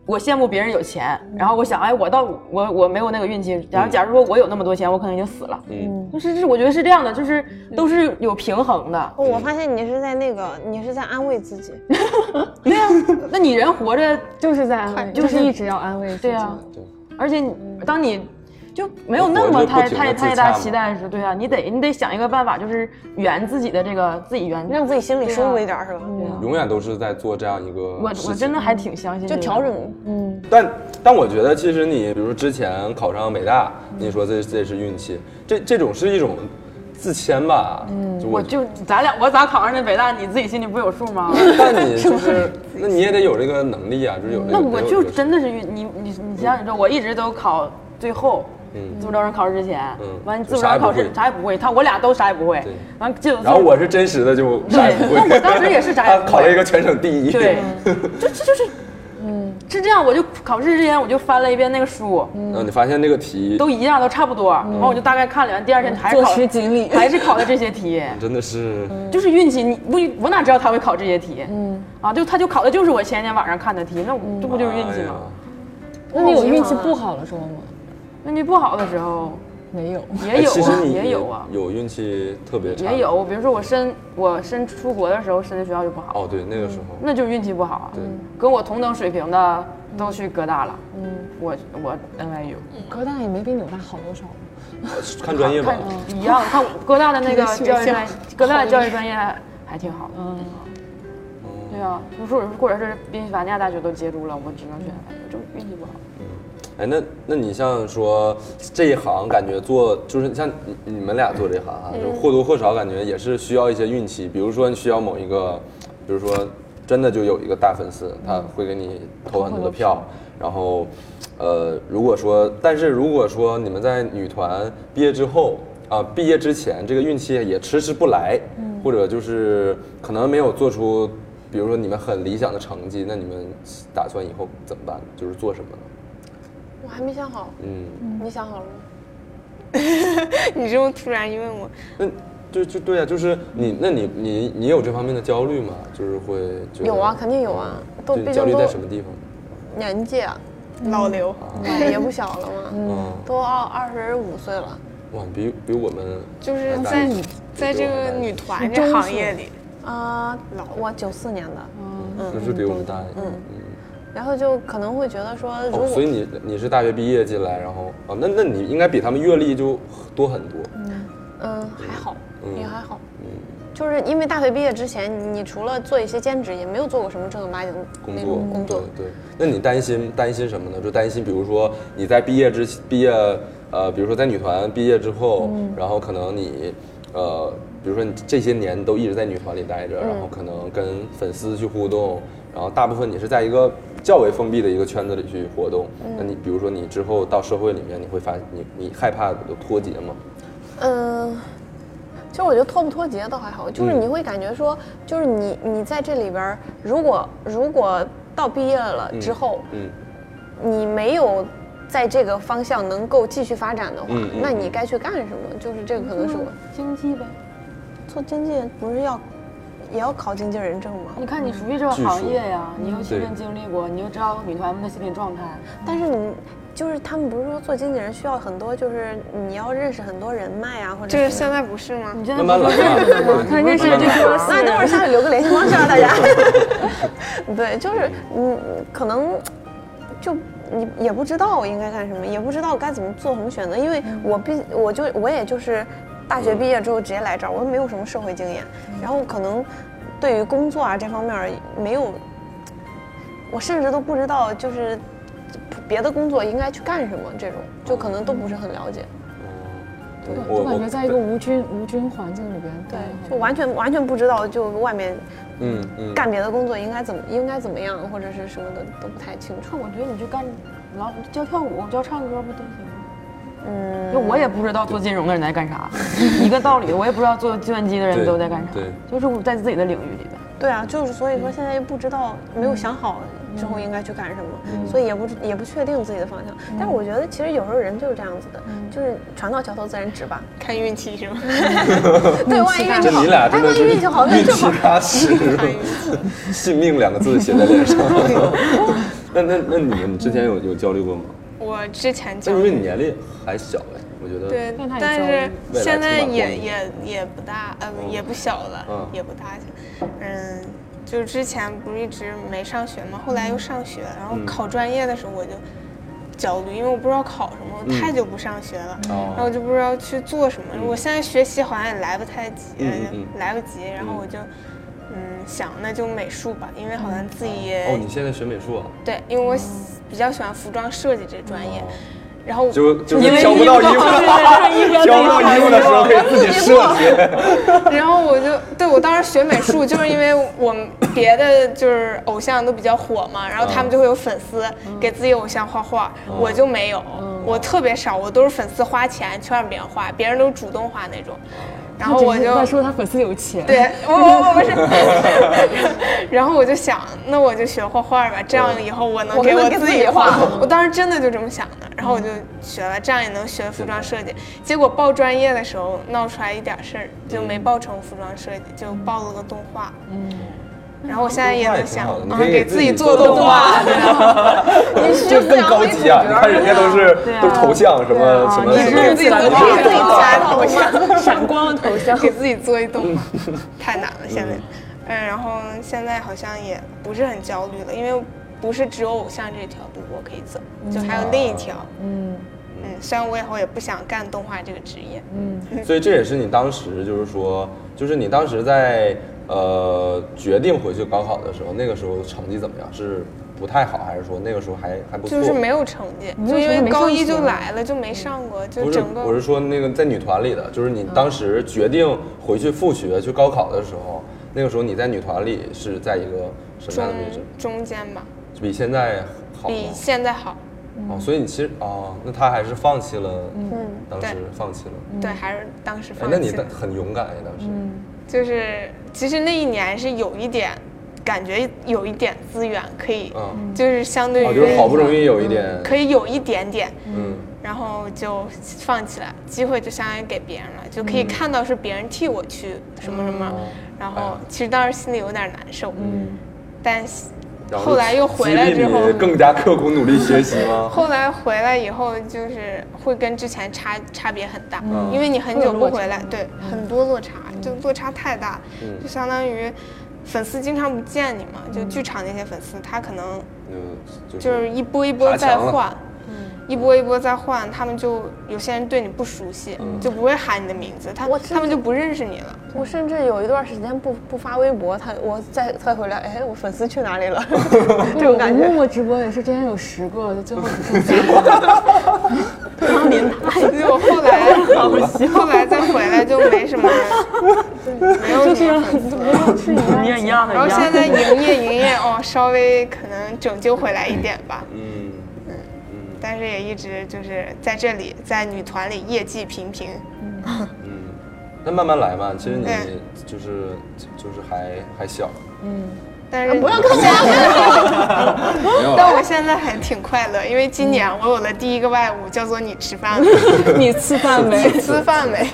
S3: 我羡慕别人有钱，然后我想，哎，我到我我没有那个运气。假如假如说我有那么多钱，我可能已经死了。
S2: 嗯
S3: 就是是我觉得是这样的，就是都是有平衡的。
S6: 哦
S2: 嗯
S6: 我发现你是在那个，你是在安慰自己，
S3: 对啊呀、 [laughs] 那你人活着
S5: 就是在安慰，
S3: 就是
S5: 就是一直要安慰自己。
S3: 对啊
S2: 对，
S3: 而且你
S6: 嗯
S3: 当你就没有那么
S2: 活着
S3: 太
S2: 不停地
S3: 太
S2: 自洽
S3: 太大
S2: 嘛
S3: 期待时，对啊，你得你得想一个办法，就是圆自己的这个自己圆。
S6: 让自己心里舒服一点，是吧？
S2: 永远都是在做这样一个，
S3: 我我真的还挺相信这个，
S6: 就调整，
S2: 嗯但但我觉得，其实你比如之前考上北大，你说这这是运气，这这种是一种自谦吧？嗯，
S3: 我就咱俩我咋考上那北大，你自己心里不有数吗？
S2: [laughs] 但你就是，那你也得有这个能力啊，就是有这个。
S3: 那我
S2: 得有
S3: 就
S2: 这个
S3: 真的是运你你你想想这，我一直都考最后。
S2: 嗯
S3: 自主招生考试之前
S2: 嗯，
S3: 完自主招
S2: 啥也
S3: 生
S2: 不
S3: 考试
S2: 会
S3: 啥也不会，他我俩都啥也不会
S2: 对，
S3: 完就
S2: 然后我是真实的就啥也不会。
S3: 对我当时也是啥
S2: [laughs]
S3: 也不会
S2: 考了一个全省第一。
S3: 对，就就就是，嗯，是这样。我就考试之前我就翻了一遍那个
S6: 嗯
S3: 书，
S2: 然后你发现那个题
S3: 都一样，都差不多。然后我就大概看了，第二天还是
S5: 坐
S3: 考
S5: 实，锦鲤，
S3: [laughs] 还是考的这些题，
S2: 真的是，
S3: 就是运气。你我我哪知道他会考这些题？嗯，啊，就他就考的就是我前天晚上看的题，那我这不就是运气
S2: 哎呀
S3: 吗？
S5: 那你有运气不好的时候吗？
S3: 运气不好的时候
S5: 没有，
S2: 哎
S3: 也有
S2: 其
S3: 啊
S2: 实，你
S3: 也有啊，
S2: 有运气特别差。
S3: 也。有。比如说我申我申出国的时候申的学校就不好，
S2: 哦，对，那个时候。
S3: 那就是运气不好啊
S2: 对。
S3: 跟我同等水平的都去哥大了，嗯，我我 NYU。
S5: 哥大也没比纽大好多少。
S2: 呃看专业吧
S3: 看，一样，看哥大的那个教育专业，哥大的教育专业还挺好的。嗯，对啊，或者或者是宾夕法尼亚大学都接住了，我只能选 NYU，就运气不好。
S2: 哎，那那你像说这一行，感觉做就是像你你们俩做这行啊，就或多或少感觉也是需要一些运气。比如说你需要某一个，比如说真的就有一个大粉丝，他会给你嗯投很多的票，然后，呃，如果说，但是如果说你们在女团毕业之后啊、毕业之前这个运气也迟迟不来，或者就是可能没有做出，比如说你们很理想的成绩，那你们打算以后怎么办？就是做什么呢？
S6: 我还没想好，
S2: 嗯。
S6: 你想好了吗？
S7: 你这么突然一问我，
S2: 那就就对啊，就是你，那你你你有这方面的焦虑吗？就是会觉得
S6: 有啊肯定有啊都
S2: 对
S6: 毕竟
S2: 焦虑
S6: 都
S2: 在什么地方？
S6: 年纪啊，
S7: 老刘，
S6: 对，也不小了嘛，
S2: 嗯，
S6: 都二二十五岁了，
S2: 哇，比比我们
S7: 就是
S2: 还大
S7: 在
S2: 一些
S7: 在
S2: 比
S7: 这
S2: 我们
S7: 个
S2: 大一
S7: 女
S2: 些
S7: 团这
S2: 嗯
S7: 行业里，
S6: 啊，我九四年的，
S2: 就是比我们大一些，嗯，
S6: 然后就可能会觉得说，如
S2: 哦，
S6: 果
S2: 所以你你是大学毕业进来，然后哦，那那你应该比他们阅历就多很多。
S6: 嗯还好，
S2: 嗯
S6: 也还好，就是因为大学毕业之前，你除了做一些兼职，也没有做过什么正儿八经的
S2: 工
S6: 那
S2: 作
S5: 嗯
S6: 种工作。
S2: 对对。那你担心担心什么呢？就担心，比如说你在毕业之毕业，呃，比如说在女团毕业之后，
S5: 嗯
S2: 然后可能你，呃，比如说你这些年都一直在女团里待着，
S5: 嗯
S2: 然后可能跟粉丝去互动，然后大部分你是在一个较为封闭的一个圈子里去活动。
S5: 嗯
S2: 那你比如说你之后到社会里面，你会发你你害怕有脱节吗？
S6: 嗯，其实我觉得脱不脱节倒还好，就是
S2: 嗯
S6: 你会感觉说，就是你你在这里边儿，如果如果到毕业了之后，
S2: 嗯
S6: 你没有在这个方向能够继续发展的话，
S2: 嗯嗯
S6: 那你该去干什么？就是这个可能是我
S3: 经济呗。
S6: 做经纪人不是要也要考经纪人证吗？
S3: 你看你熟悉这个
S2: 技术
S3: 行业呀，你又亲
S2: 对
S3: 身经历过，你又知道女团们的心理状态。
S6: 但是你就是他们不是说做经纪人需要很多，就是你要认识很多人脉啊，或者
S7: 这是
S6: 什么
S7: 现在不是吗？
S3: 你现在
S2: 慢
S3: 不
S2: 慢来
S3: 是认识的
S2: [laughs]
S3: 吗？他认识的这些
S6: 啊那等会儿下去留个联系方式啊，大家。对，就是嗯，可能就你也不知道我应该干什么，也不知道该怎么做什么选择，因为我毕我就我也就是大学毕业之后直接来这儿，我也没有什么社会经验，然后可能对于工作啊这方面儿没有，我甚至都不知道就是别的工作应该去干什么，这种就可能都不是很了解。
S2: 对
S5: 就感觉在一个无菌无菌环境里边，
S6: 对，就完全完全不知道，就外面
S2: 嗯嗯，
S6: 干别的工作应该怎么应该怎么样，或者是什么的都不太清楚。
S3: 我觉得你就干，老教跳舞、教唱歌不都行吗？
S6: 嗯，
S3: 就我也不知道做金融的人在干 [laughs] 啥，一个道理。我也不知道做计算机的人
S2: 对
S3: 都在干啥
S2: 对，
S3: 就是我在自己的领域里边。
S6: 对啊，就是所
S2: 嗯
S6: 以说现在又不知道，没有想好之后应该去干什么，
S2: 嗯
S6: 所以也不知也不确定自己的方向。但是我觉得其实有时候人就是这样子的，就是船到桥头自然直吧。
S7: 看运气是吗？ [laughs]
S6: 对，万一运气
S2: 这
S6: 好，
S2: 你俩
S6: 哎，
S2: 真的
S6: 万一
S2: 是
S6: 运气好，那
S2: 运
S6: 正
S2: 气
S6: 好。
S2: 踏实，信命两个字写在脸上。那那那你们之前有有焦虑过吗？
S7: 我之前
S2: 那
S7: 讲
S2: 因为你年龄还小哎，我觉得
S7: 对
S5: 那他，也
S7: 但
S5: 招
S7: 是
S2: 未来
S7: 现在
S2: 起码
S7: 也
S2: 光
S7: 也也不大，呃，也不小了，
S2: 嗯
S7: 也不大，嗯，就是之前不是一直没上学嘛，后来又上学，然
S2: 嗯
S7: 后考专业的时候我就焦虑，因为我不知道考什么，我太久不上学了，
S2: 嗯
S5: 嗯
S2: 哦
S7: 然后我就不知道去做什么。我现在学习好像也来不太及，
S2: 嗯嗯嗯
S7: 来不及，然后我就。嗯，想那就美术吧，因为好像自己也、
S2: 哦，你现在学美术啊？
S7: 对，因为
S5: 哦
S7: 我喜比较喜欢服装设计这专业，然后
S2: 哦就就是挑不到衣服，挑不到衣服的时候可以自己设计。
S7: [laughs] 然后我就对我当时学美术，就是因为我们别的就是偶像都比较火嘛，然后他们就会有粉丝给自己偶像画画，我就没有，我特别少，我都是粉丝花钱去让别人画，别人都主动画那种，然后我就
S5: 他说他粉丝有钱，
S7: 对我我我不是， [laughs] 然后我就想，那我就学画画吧，这样以后我能
S6: 我
S7: 给
S6: 能
S7: 我
S6: 给
S7: 自
S6: 自
S7: 己
S6: 己
S7: 画
S6: 画。
S7: 我当时真的就这么想的，然后我就学了，这样也能学服装设计。结果报专业的时候闹出来一点事儿，就没报成服装设计，就报了个动画。嗯。然后我现在也能想，
S2: 动
S7: 啊
S2: 画也挺好的你可以
S7: 给自己做
S2: [laughs]
S7: 动画，
S2: 这更高级啊！你看人家都是都头像什么什么
S7: 你
S2: 什
S7: 是
S2: 么，
S7: 自己 [laughs] 做动画，
S6: 自己加的
S7: 动画。
S5: 闪光的头像。
S7: [laughs] 给自己做一动画，
S2: 嗯
S7: [laughs] 太难了。现在，嗯，然后现在好像也不是很焦虑了，因为不是只有偶像这条路我可以走，就还有另
S2: 哦
S7: 一条。嗯嗯，虽然我以后也不想干动画这个职业，
S2: 所以这也是你当时就是说，就是你当时在呃决定回去高考的时候，那个时候成绩怎么样？是不太好，还是说那个时候还还不错？
S7: 就是没有成绩，就因为高一就来了，就没上过，就
S2: 不是
S7: 整，
S2: 我是
S7: 个
S2: 说那个在女团里的，就是你当时决定回去复学去高考的时候，那个时候你在女团里是在一个什么
S7: 中
S2: 样的位置？
S7: 中间吧，
S2: 比现在好吗？
S7: 嗯比现在好。
S2: 哦，所以你其实哦，那他还是放弃了，当时
S7: 嗯对
S2: 放弃了。
S7: 对，还是当时
S2: 哎
S7: 放，
S2: 那你
S7: 弃了嗯
S2: 当。很勇敢呀，当时。
S7: 就是其实那一年是有一点，感觉有一点资源可以，
S2: 嗯
S7: 就是相对于、
S2: 哦，就是好不容易有一点，
S7: 嗯可以有一点点，
S2: 嗯，
S7: 然后就放起来，机会就相当于给别人了，就可以看到是别人替我去什么什么，
S2: 嗯
S7: 然
S2: 哎
S6: 哎
S7: 后其实当时心里有点难受，嗯，但
S2: 然
S7: 后来又回来
S2: 激
S7: 之
S2: 励
S7: 后
S2: 你更加刻苦努力学习吗？
S7: [laughs] 后来回来以后就是会跟之前差差别很大，
S2: 嗯
S6: 嗯
S2: 嗯
S7: 因为你很久不回来，对，很多落差，就落差太大，就相当于粉丝经常不见你嘛，就
S6: 嗯
S7: 剧场那些粉丝，他可能
S2: 嗯，
S7: 就是是一波一波再
S2: 爬墙
S7: 换，嗯一波一波再换，他们就有些人对你不熟悉，
S2: 嗯
S7: 就不会喊你的名字，他
S6: 我知
S7: 他们就不认识你
S6: [laughs]
S7: 了。
S6: 我甚至有一段时间不不发微博，他我再再回来，哎，我粉丝去哪里
S2: [laughs]
S6: 了？这种感
S5: 我
S6: 觉
S5: 默。默直播也是之前有十个，就最后
S3: [laughs]
S5: 只剩三个。
S7: 所以我后来后来再回来就没什么，
S6: [laughs]
S7: 对，没有什么粉丝。
S1: 你也一样的，
S7: 然后
S1: 一样
S3: [laughs]
S7: 现
S1: 的。
S7: 在营业营业哦，稍微可能拯救回来一点吧，
S2: 嗯嗯
S7: 但是也一直就是在这里，在女团里业绩平平。
S2: 嗯，那慢慢来嘛。其实你
S7: 对
S2: 就是就是还还
S7: [laughs]
S2: 小，
S7: 但是
S6: 不要看我，
S2: 没有
S7: 但
S2: 了。
S7: 我现在还挺快乐，因为今年啊我有了第一个外务，叫做“你吃饭没”， [laughs]
S5: 你吃饭没？
S7: 吃饭没？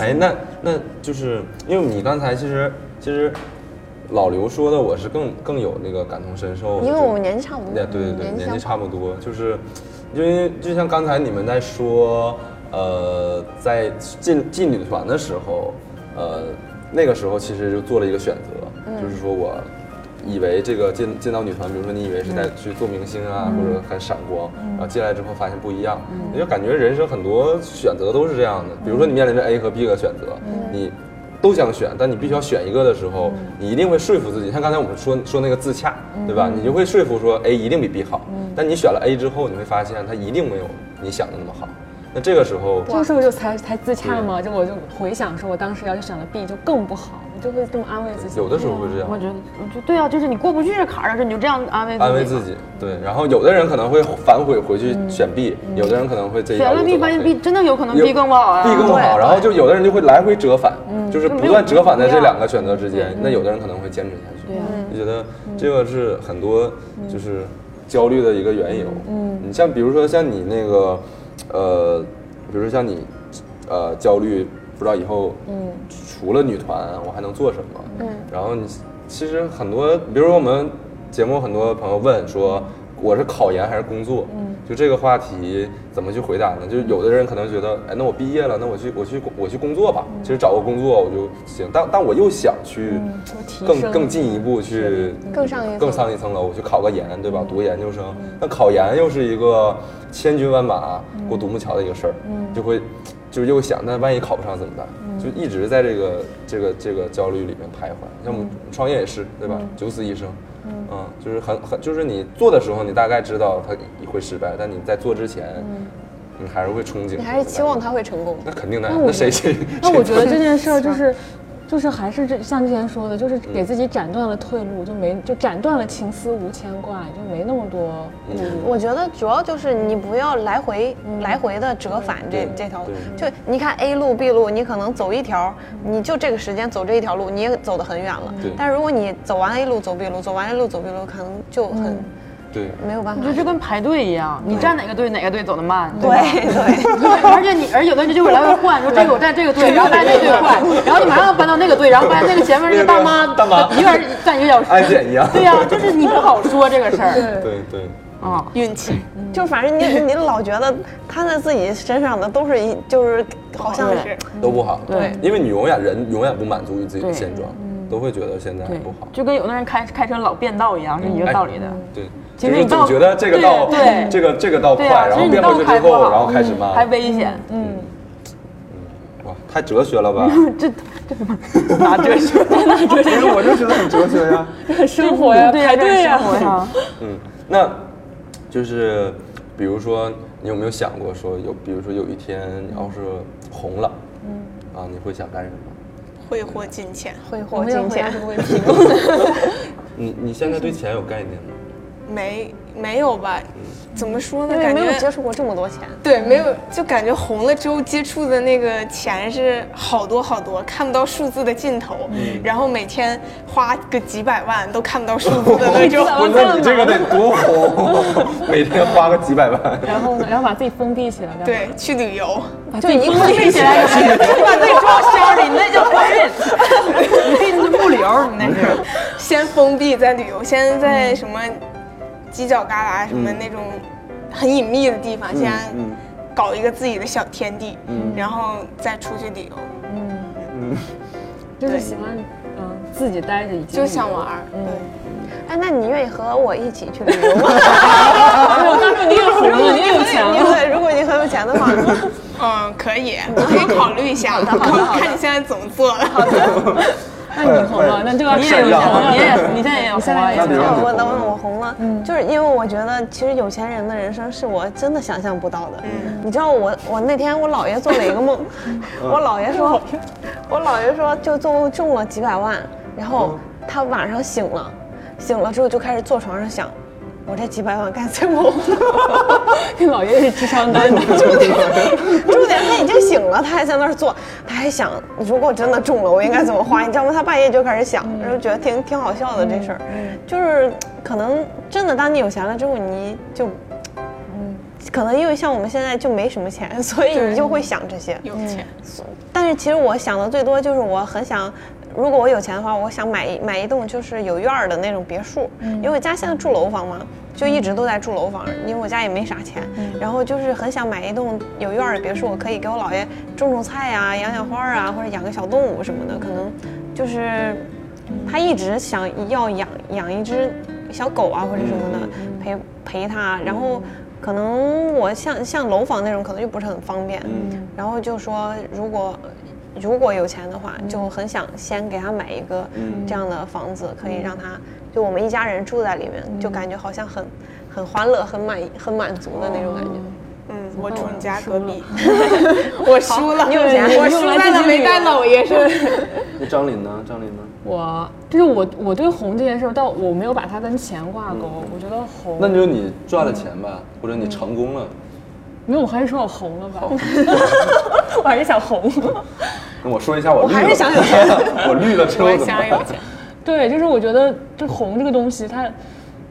S2: 哎，那那就是因为你刚才其实其实老刘说的，我是更更有那个感同身受的，
S6: 因为
S2: 就
S6: 我们年纪差不多
S2: 对对对，
S6: 年纪
S2: 年
S6: 相
S2: 纪
S6: 仿
S2: 差不多，就是，因为就像刚才你们在说，呃，在进进女团的时候，呃，那个时候其实就做了一个选择，就是说我以为这个进进到女团，比如说你以为是在去做明星啊，或者很闪光，然后进来之后发现不一样，你就感觉人生很多选择都是这样的，比如说你面临着 A 和 B 个选择，你。都想选，但你必须要选一个的时候，
S3: 嗯
S2: 你一定会说服自己。像刚才我们说说那个自洽，对吧？你就会说服说
S3: 嗯
S2: A 一定比 B 好，但你选了 A 之后，你会发现它一定没有你想的那么好。那这个时候，
S5: 这个时候就才才自洽嘛，就我就回想说，我当时要是选了 B 就更不好，我就会这么安慰自己。
S2: 有的时候会这样
S3: 我觉得，我觉得对啊，就是你过不去这坎儿，就你就这样安慰自己。
S2: 安慰自己，对。然后有的人可能会反悔回去选 B，有的人可能会这一
S3: 嗯
S2: 条
S3: 选了
S2: 路
S3: B，
S2: 走到
S3: 发现
S2: 黑
S3: B 真的有可能
S2: 有
S3: B 更不好啊。嗯
S2: B 更不好，然后就有的人就会来回折返，就是不断折返在这两个选择之间。那有的人可能会坚持下去，就觉得这个是很多就是焦虑的一个缘由。嗯，你像比如说像你那个，呃，比如说像你，呃，焦虑不知道以后，嗯，除了女团我还能做什么？嗯，然后你其实很多，比如说我们节目很多朋友问说。我是考研还是工作？嗯，就这个话题怎么去回答呢？就是有的人可能觉得，哎，那我毕业了，那我去我去我去工作吧。其实找个工作我就行，但但我又想去更更进一步去
S6: 更嗯上一层
S2: 更上一层楼，我去考个研，对吧？读研究生，那考研又是一个千军万马
S6: 嗯
S2: 过独木桥的一个事儿，就会就是又想，那万一考不上怎么办？
S6: 嗯
S2: 就一直在这个这个这个焦虑里面徘徊。像我们
S6: 嗯
S2: 创业也是，对吧？九死一生。嗯，就是很很，就是你做的时候，你大概知道它会失败，但你在做之前，你还是会憧憬，
S6: 嗯你还是期望他会成功。
S2: 那肯定的，那谁谁？ [laughs]
S5: 那我觉得这件事儿就是，就是还是这像之前说的，就是
S2: 嗯
S5: 给自己斩断了退路，就没就斩断了情丝无牵挂，就没那么多。
S2: 嗯
S6: 我觉得主要就是你不要来回、来回的折返这
S2: 对
S6: 这条路，就
S2: 对
S6: 你看 A 路 B 路，你可能走一条，你就这个时间走这一条路，你也走得很远了
S2: 对。
S6: 但如果你走完 A 路走 B 路，走完 A 路走 B 路，可能就很
S2: 对，
S6: 没有办
S3: 我
S6: 法
S3: 觉得。这跟排队一样，你站哪个队，哪个队走得慢。对吧
S6: [laughs] 对对，
S3: 对，而且你，而有的人就会来回换，说这个我站这个
S2: [laughs]
S3: 队，然后站这个队换，然后你马上搬到那个队，然后发现那个前面那个大妈，
S2: 大妈
S3: 一个人站一个
S2: [laughs]
S3: 小时，
S2: 安检一样
S3: 对呀，就是你不好说这个事儿
S2: 对对，
S3: 啊。
S7: 运气，
S6: [laughs] 就反正你你老觉得他在自己身上的都是一就是好像
S7: 是
S2: 都不好。
S3: 对，
S2: 因为你永远人永远不满足于自己的
S3: 对嗯
S2: 现状，都会觉得现在还不好。哎
S3: 就跟有的人开开车老变道一样，是一
S2: 嗯
S3: 个道理的。
S2: 对，
S3: 其
S2: 就
S3: 实
S2: 是
S3: 你
S2: 总
S3: 到
S2: 觉得这个道
S3: 对对
S2: 这个这个道快，
S3: 对啊，
S2: 然
S3: 其
S2: 后
S3: 实你
S2: 变
S3: 道
S2: 回去之
S3: 开不
S2: 后，
S3: 好，嗯
S2: 然后开始慢，
S3: 还危
S2: [laughs]
S3: 险，
S2: 哇，太哲
S3: [laughs]
S2: 学了吧？
S3: 这这哪哲学？哪哲学？
S2: 是，我就觉得很哲学呀。
S5: 生活
S3: [laughs]
S5: 呀，
S3: 对呀
S5: 排队
S3: 这是生
S5: 呀
S3: 活呀，
S2: 嗯， [laughs] 那就是比如说，你有没有想过说有，比如说有一天你要是红了，嗯，啊，你会想干什么？
S7: 挥霍金钱
S6: 挥霍
S5: 我也
S6: 金
S5: 回答
S6: 钱
S5: 这。个问
S6: [laughs]
S5: 题。
S2: 你你现在对钱有概念
S3: [laughs]
S2: 吗？
S7: 没没有吧？怎么说呢？
S6: 因为
S7: 感
S6: 没有接
S7: 觉
S6: 触过这么多钱，
S7: 对，没有，就感觉红了之后接触的那个钱是好多好多，看不到数字的尽头，
S2: 嗯
S7: 然后每天花个几百万都看不到数字的那种。 [laughs]
S2: 不是你这个得
S3: [laughs]
S2: 多红，每天花个几百万。
S5: 然后呢，然后把自己封闭起来，干嘛
S7: 对，去旅游，
S6: 就已经
S3: 封闭起来，你把自己装箱里，你那叫封闭，你那不流，你那是。
S7: 先封闭再旅游，先在什么犄角旮旯什么那种很隐秘的地方，先
S2: 嗯
S7: 搞一个自己的小天地，然后再出去旅游。
S5: 就是喜欢嗯自己待着已经
S9: 就想玩儿。
S7: 嗯
S6: 哎，那你愿意和我一起去旅游吗？
S5: 我告诉你
S3: [laughs]
S5: 有福了，你有
S3: 啊
S5: 钱
S6: [laughs] 你
S5: 了。
S6: 很，如果你很有钱的话，
S7: 嗯，可以，我可以考虑一下。 [laughs] 好看你现在怎么做了。好的，
S5: 那你红了，那就要
S3: 你也有
S5: 炫
S3: 钱
S2: 啊
S5: 耀
S3: 了，
S5: 了
S3: 你也你现在也有红啊，也
S2: 那比如
S3: 有
S2: 你
S6: 我等我红了，就是因为我觉得其实有钱人的人生是我真的想象不到的。你知道我我那天我姥爷做了一个梦，
S2: 嗯
S6: 我姥爷说，我姥爷说就做梦中了几百万，然后
S2: 嗯
S6: 他晚上醒了，醒了之后就开始坐床上想。我这几百万该怎么花？
S5: 这老爷是智商担的，
S6: [laughs] 重点他已经醒了，他还在那儿坐，他还想，如果真的中了，我应该怎么花？你知道吗？他半夜就开始想，然后觉得挺挺好笑的这事儿，就是可能真的当你有钱了之后，你就，可能因为像我们现在就没什么钱， [laughs] 所以你就会想这些。
S7: 有钱。
S6: 但是其实我想的最多就是我很想，如果我有钱的话，我想买一买一栋就是有院儿的那种别墅，
S7: 嗯
S6: 因为我家现在住楼房嘛，就一直都在住楼房，因为我家也没啥钱，
S7: 嗯
S6: 然后就是很想买一栋有院儿的别墅，我可以给我姥爷种种菜啊，养养花儿啊，或者养个小动物什么的，可能就是他一直想要养养一只小狗啊或者什么的陪陪他，然后可能我像像楼房那种可能就不是很方便，然后就说如果如果有钱的话，就很想先给他买一个这样的房子，可以让他就我们一家人住在里面，就感觉好像很很欢乐、很满很满足的那种感觉。
S7: 嗯，我住你家隔壁，我输了，
S6: 你有 [laughs] 钱
S7: 我输在了没带姥爷身上。
S2: 那张琳呢？张琳呢？
S5: 我就是我，我对红这件事儿，但我没有把它跟钱挂钩。我觉得红，
S2: 嗯那就是你赚了钱吧，或者你成功了。
S5: 没有，我还是说我红
S2: [laughs]
S5: 了吧， [laughs] 我还是想红。
S2: 那我说一下我绿了，
S6: 还是想有
S2: 钱， [laughs] 我绿了之后
S7: 我
S2: 怎么
S7: 想
S2: 办？
S7: 有钱。
S5: 对，就是我觉得这红这个东西，它，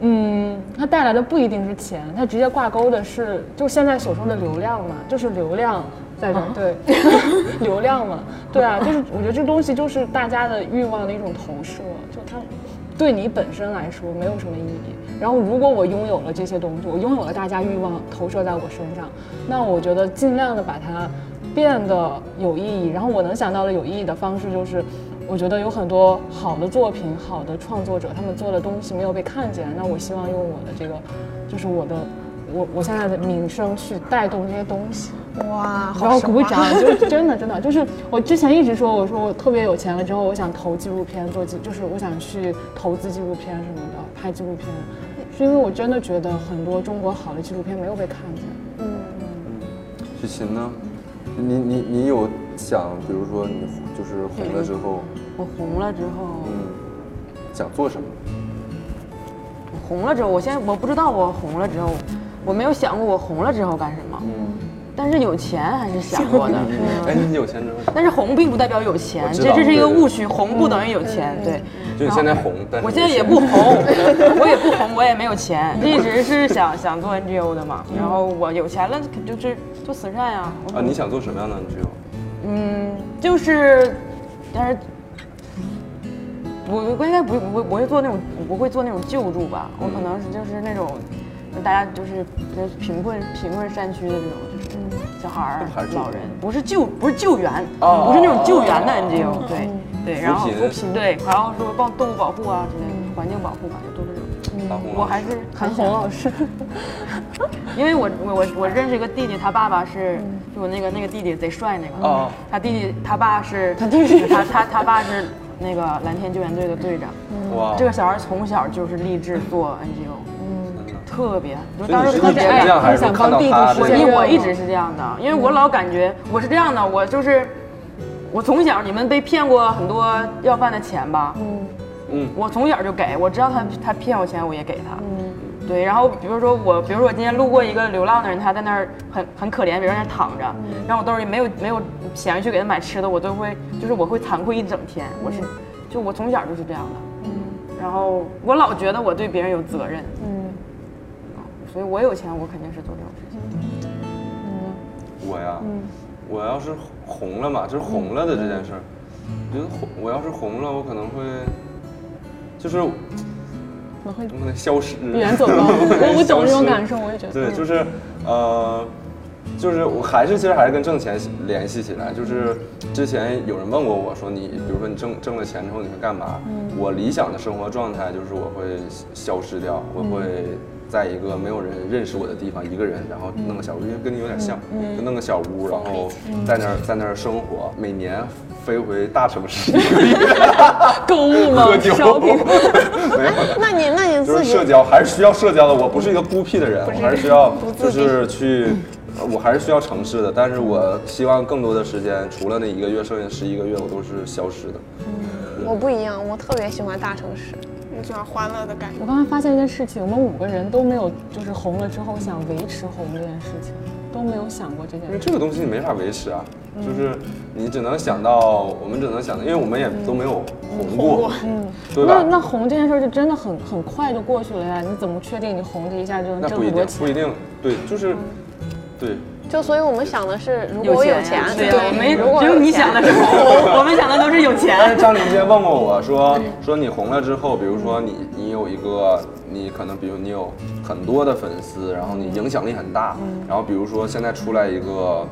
S5: 嗯，它带来的不一定是钱，它直接挂钩的是，就是现在所说的流量嘛，就是流量在这儿，对， [laughs] 流量嘛，对啊，就是我觉得这东西就是大家的欲望的一种投射，就它对你本身来说没有什么意义。然后如果我拥有了这些东西，我拥有了大家欲望投射在我身上，那我觉得尽量的把它变得有意义。然后我能想到的有意义的方式就是。我觉得有很多好的作品、好的创作者，他们做的东西没有被看见，那我希望用我的这个，就是我的，我我现在的名声去带动这些东西。
S6: 哇，
S5: 然后
S6: 好爽
S5: 鼓
S6: 啊！
S5: 掌，就是真的真的，就是我之前一直说，我说我特别有钱了之后，我想投纪录片做纪，就是我想去投资纪录片什么的，拍纪录片，是因为我真的觉得很多中国好的纪录片没有被看见。
S2: 许琴呢？你你你有想，比如说你就是红了之后，
S3: [laughs] 我红了之后，
S2: 嗯，想做什么？
S3: 我红了之后，我现在我不知道我红了之后，我没有想过我红了之后干什么，
S2: 嗯
S3: 但是有钱还是想过的。
S2: 哎，你有钱之后，
S3: 但是红并不代表有钱
S2: 我，知
S3: 这
S2: 道
S3: 这是一个
S2: 对对
S3: 误区，红不等于有钱，对。
S2: 就你现在红，但是
S3: 我
S2: 你
S3: 现在
S2: 有
S3: 也
S2: 钱 [laughs]
S3: 不红，我也不红，我也没有钱，一直是想想做 NGO 的嘛。然后我有钱了，肯定就是做慈善呀、我
S2: 啊！你想做什么样的 NGO？
S3: 嗯，就是，但是，我我应该不不会不会做那种不会做那种救助吧，我可能是就是那种，大家就是就是贫困贫困山区的这种就是小孩儿
S2: 还是、救
S3: 老
S2: 助
S3: 人，不是救不是救援，
S2: 哦
S3: 不是那种救援的 NGO，对对，然后
S2: 扶贫
S3: 对，然后说帮动物保护啊之类的，环境保护吧，就都是这种。
S2: 大红
S3: 嗯
S2: 啊
S3: 我
S2: 老
S3: 还
S2: 师
S3: 是韩红老师，因为我我我我认识一个弟弟，他爸爸是就我那个那个弟弟贼帅那个，
S2: 哦
S3: 他弟弟他爸是他弟弟他他他爸是那个蓝天救援队的队长，
S2: 哇，
S3: 这个小孩从小就是立志做 NGO，特别就
S2: 所以
S3: 当
S2: 你
S3: 时
S2: 是
S3: 特
S2: 一
S3: 别
S2: 直
S3: 爱
S2: 这样，还是
S5: 想
S2: 说看
S5: 帮
S2: 到
S5: 弟弟
S2: 他
S5: 实
S2: 这
S3: 我
S5: 现
S3: 一
S2: 个？嗯
S5: 愿
S3: 我
S5: 望
S3: 一直是这样的，因为我老感觉我是这样的，我就是我从小你们被骗过很多要饭的钱吧？嗯
S2: 嗯
S3: 我从小就给，我知道他他骗我钱，我也给他。嗯，对，然后比如说我，比如说我今天路过一个流浪的人，他在那儿很很可怜，比如在那儿躺着，
S2: 嗯
S3: 然后我兜里没有没有钱去给他买吃的，我都会就是我会惭愧一整天，我
S2: 嗯
S3: 是就我从小就是这样的。嗯，然后我老觉得我对别人有责任。嗯，所以我有钱，我肯定是做这种事情。
S2: 我呀，
S5: 嗯
S2: 我要是红了嘛，就是红了的这件事儿，我觉得红，我要是红了，我可能会，就是，我
S5: 会
S2: 可能消失， [laughs]
S5: 远走高
S2: 会
S5: 我我
S2: 消
S5: 懂这种
S2: 失
S5: 嗯感受我也觉得
S2: 对，就是，呃，就是我还是其实还是跟挣钱联系起来，就是之前有人问过我说你，比如说你挣挣了钱之后你会干嘛？
S5: 嗯
S2: 我理想的生活状态就是我会消失掉，我
S5: 嗯
S2: 会在一个没有人认识我的地方一个人，然后弄个小屋，因为跟你有
S5: 嗯
S2: 点像，就弄个小屋，然后在那儿在那儿生活，每年飞回大城市
S5: [laughs] 购物吗
S2: 喝酒，
S5: ？shopping
S2: [laughs] 没有。
S6: 那你那你
S2: 就
S6: 自
S2: 是
S6: 己
S2: 社交还是需要社交的，我嗯不是一个孤僻的人，我还是需要就是去，呃我还是需要城市的，但是我希望更多的时间，除了那一个月，剩下十一个月我都是消失的。
S6: 我不一样，我特别喜欢大城市。
S7: 你喜欢欢乐的感觉
S5: 我。刚才发现一件事情，我们五个人都没有，就是红了之后想维持红这件事情，都没有想过这件
S2: 因为
S5: 事。
S2: 这个东西你没法维持啊，就是你只能想到，我们只能想到，因为我们也都没有红过，嗯，对
S5: 那
S2: 吧？
S5: 那红这件事儿就真的很很快就过去了呀！你怎么确定你红这一下就能
S2: 那
S5: 挣
S2: 不一
S5: 很多
S2: 定，
S5: 钱？
S2: 不一定，对，就是，对，
S6: 就所以我们想的是，如果我有钱，
S1: 对
S3: 啊
S1: 呀，我
S6: 如果
S1: 们只有你想的是
S6: [laughs]
S1: 红，我们想的都是有
S2: 但
S1: 钱。
S2: 是张林杰问过我说说你红了之后，比如说你你有一个你可能比如你有很多的粉丝，然后你影响力很大，然后比如说现在出来一个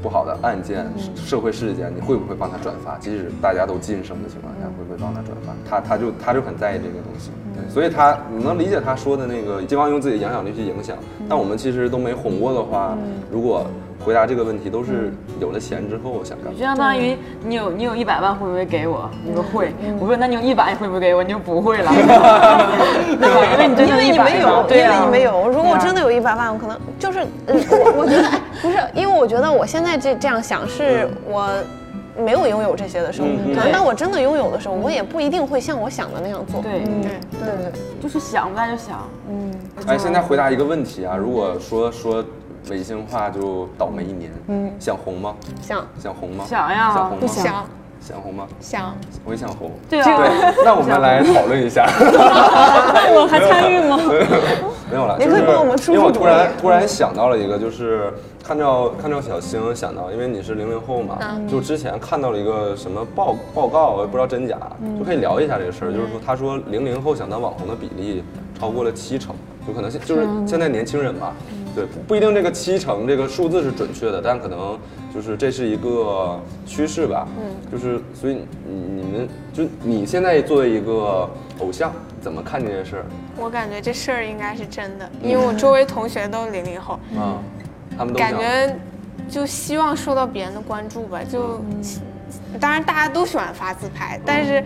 S2: 不好的案件、社会事件，你会不会帮他转发？即使大家都晋升的情况下，会不会帮他转发？他他就他就很在意这个东西，对所以他你能理解他说的那个，希望用自己的影响力去影响。但我们其实都没红过的话，如果回答这个问题都是有了钱之后想干嘛
S1: 就？相当于你有你有一百万会不会给我？你说会。
S6: 嗯
S1: 我说那你有一百你会不会给我？你就不
S6: [laughs]
S1: 会了。嗯对因为你真
S6: 因
S1: 的
S6: 为你
S1: 100
S6: 没有，
S1: 对
S6: 因为
S1: 啊
S6: 你没有。如果
S1: 对
S6: 我
S1: 啊
S6: 真的有一百万，我
S1: [laughs]
S6: 可能就是，呃我我觉得不是，因为我觉得我现在这这样想，
S1: 嗯
S6: 是我没有拥有这些的时候，可能当我真的拥有的时候，我也不一定会像我想的那样做。
S1: 对，
S6: 嗯对
S1: 就是想不大就想。
S2: 哎，现在回答一个问题啊，如果说说违心话就倒霉一年，嗯，想红吗？
S6: 对，像
S2: 想红吗？
S1: 想呀
S2: 想红吗？
S5: 不想
S7: 想
S2: 想红吗？
S7: 想，
S2: 我也想红。
S1: 对啊，
S2: 那我们来讨论一下。
S5: 我还参与吗？
S2: [laughs] 没有了，
S6: 你
S2: 就
S6: 可以
S2: 是
S6: 帮我们出
S2: 因为我
S6: 出
S2: 突
S6: 主意
S2: 然突然想到了一个，就是看到看到小星想到，因为你是零零后嘛，就之前看到了一个什么报报告，我也不知道真假，就可以聊一下这个事儿。就是说，他说零零后想当网红的比例超过了七成，就可能现就是现在年轻人吧，对，不不一定这个七成这个数字是准确的，但可能就是这是一个趋势吧。就是所以你你们就你现在作为一个偶像，怎么看这件事儿？
S7: 我感觉这事儿应该是真的，因为我周围同学都零零后，
S2: 啊，他们都想
S7: 感觉就希望受到别人的关注吧。就当然大家都喜欢发自拍，但是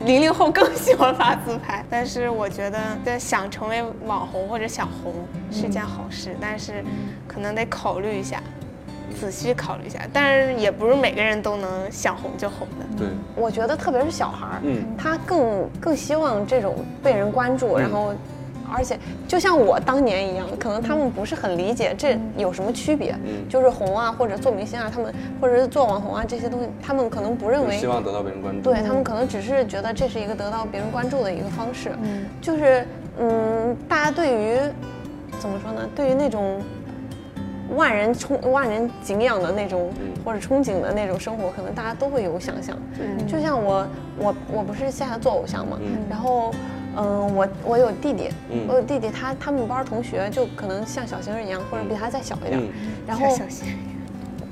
S7: 零零后更喜欢发自拍。但是我觉得，但想成为网红或者想红是件好事，但是可能得考虑一下。仔细考虑一下，但是也不是每个人都能想红就红的。
S2: 对，
S6: 我觉得特别是小孩儿，
S2: 嗯
S6: 他更更希望这种被人关注，
S1: 嗯
S6: 然后。而且，就像我当年一样，可能他们不是很理解
S1: 嗯
S6: 这有什么区别，就是红啊，或者做明星啊，他们或者是做网红啊这些东西，他们可能不认
S2: 就
S6: 为
S2: 希望得到别人关注。
S6: 对他们可能只是觉得这是一个得到别人关注的一个方式，就是嗯，大家对于怎么说呢？对于那种万人憧、万人敬仰的那种
S2: 嗯
S6: 或者憧憬的那种生活，可能大家都会有想象。
S2: 嗯
S6: 就像我，我我不是现在做偶像嘛，然后。嗯，我我有弟弟，
S2: 嗯
S6: 我有弟弟他，他们班同学就可能像小星儿一样，或者比他再小一点儿，
S2: 嗯
S6: 然后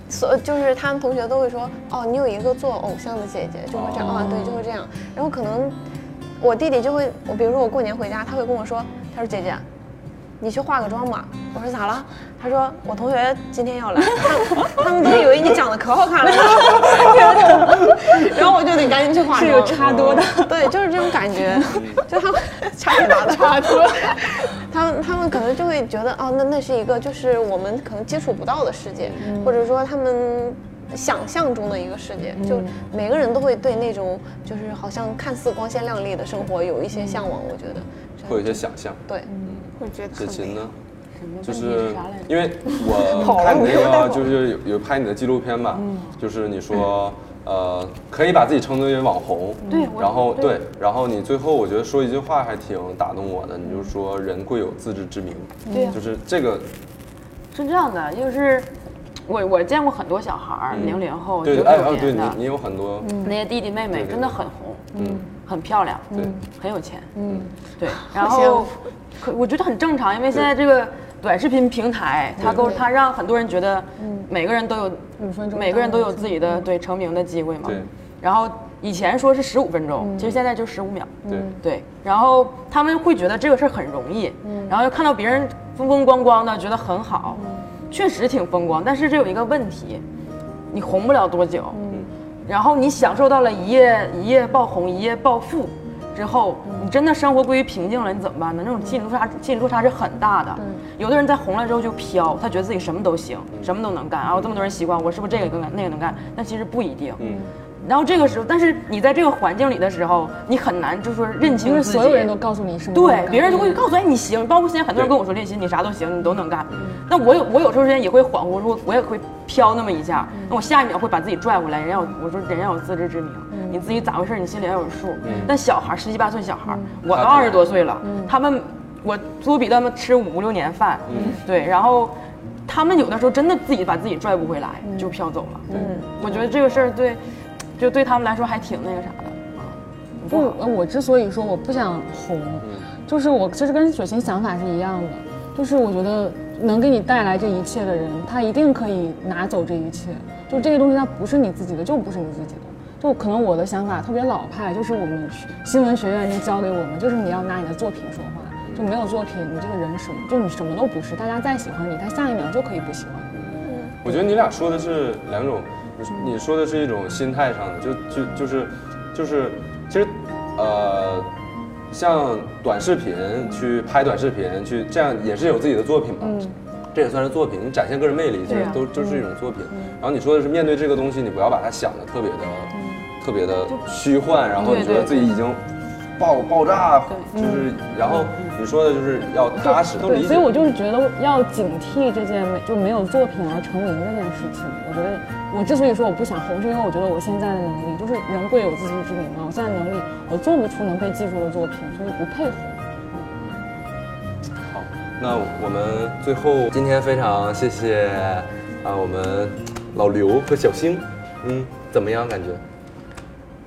S6: 所就是他们同学都会说，哦，你有一个做偶像的姐姐，就会这样
S5: 哦
S6: 啊，对，就会这样。然后可能我弟弟就会，我比如说我过年回家，他会跟我说，他说姐姐，你去化个妆吧。我说咋了？他说我同学今天要来，他他们 [laughs] 都以为你长得可好看了， [laughs] 然后我就得赶紧去化妆。
S5: 这个差多大？
S6: 对，就是这种感觉，就他们 [laughs] 差别大的差多，他们他们可能就会觉得哦，那那是一个就是我们可能接触不到的世界，或者说他们。想象中的一个世界，就每个人都会对那种就是好像看似光鲜亮丽的生活有一些向往。我觉得，
S2: 会有一些想象。
S6: 对，
S7: 我觉得
S2: 子
S7: 很
S2: 琴呢？就
S1: 问题
S2: 是
S1: 是啥来着
S2: 因为
S1: [laughs]
S2: 我看你那个就是有有拍你的纪录片嘛，
S1: 嗯
S2: 就是你说呃可以把自己称之为网红，
S1: 嗯对我
S2: 然后对，然后你最后我觉得说一句话还挺打动我的，你就说人贵有自知之明，
S1: 对呀
S2: 就是这个
S1: 是这样的，就是我我见过很多小孩
S6: 嗯
S1: 儿，零零后九
S2: 嗯对
S1: 九
S2: 哎哦
S1: 年
S2: 对
S1: 嗯
S2: 你
S1: 的
S2: 你有很多
S1: 那些弟弟妹妹
S2: 对
S1: 真的很红，
S2: 嗯
S1: 很漂亮，
S2: 对
S3: [laughs]
S1: 很有钱，嗯，对，然后可我觉得很正常，因为现在这个
S3: 短视频平台，它够它让很多人觉得每个人都嗯有
S5: 五分钟
S3: 每个人都有自己的对成名的机会嘛。
S10: 对。
S3: 然后以前说是十五分钟，其实现在就十五秒。
S10: 对，
S1: 嗯
S3: 对，然后他们会觉得这个事儿很容易，然后又看到别人风风光光的，觉得很好，确实挺风光。但是这有一个问题，你红不了多久，然后你享受到了一夜一夜爆红、一夜暴富之后，
S5: 嗯
S3: 你真的生活归于平静了，你怎么办呢？那种心理落差，心理落差是很大的。有的人在红了之后就飘，他觉得自己什么都行，什么都能干，然后这么多人习惯我是不是这个能干那个能干？但其实不一定。
S10: 嗯，
S3: 然后这个时候，但是你在这个环境里的时候，你很难就是说认
S5: 不
S3: 清
S5: 是
S3: 自己。
S5: 所有人都告诉你什么都能干。
S3: 对，别人就会告诉哎你行，包括现在很多人跟我说练习你啥都行，你都能干。那我有我有时候之间也会恍惚，说我也会飘那么一下，那我下一秒会把自己拽回来。人家有我说人家有自知之明，你自己咋回事你心里要有数。但小孩十七八岁小孩，我都
S10: 他不
S3: 二十多岁了，他们我多比他们吃五六年饭，对，然后他们有的时候真的自己把自己拽不回来，就飘走了。嗯，我觉得这个事儿对，就对他们来说还挺那个啥的。
S5: 不，呃我之所以说我不想红，就是我其实跟雪琴想法是一样的，就是我觉得能给你带来这一切的人，他一定可以拿走这一切。就这些东西，它不是你自己的，就不是你自己的。就可能我的想法特别老派，就是我们新闻学院就教给我们，就是你要拿你的作品说话，就没有作品，你这个人什么，就你什么都不是。大家再喜欢你，他下一秒就可以不喜欢你。
S2: 我觉得你俩说的是两种，你说的是一种心态上的，就就就是就是，其实呃，像短视频去拍短视频去这样也是有自己的作品吧。
S5: 嗯
S2: 这也算是作品，你展现个人魅力，就是
S5: 啊
S2: 都就是一种作
S5: 嗯
S2: 品。嗯然后你说的是面对这个东西，你不要把它想的特别的、
S5: 嗯
S2: 特别的虚幻，然后你觉得自己已经爆爆炸，就是然后你说的就是要踏实，都理
S5: 嗯对，
S2: 解。
S5: 所以我就是觉得要警惕这件没就没有作品而成名这件事情。我觉得我之所以说我不想红，是因为我觉得我现在的能力就是人贵有自知之明嘛，我现在能力我做不出能被记住的作品，所以不配红。
S2: 好，那我们最后今天非常谢谢啊，我们老刘和小星，嗯，怎么样感觉？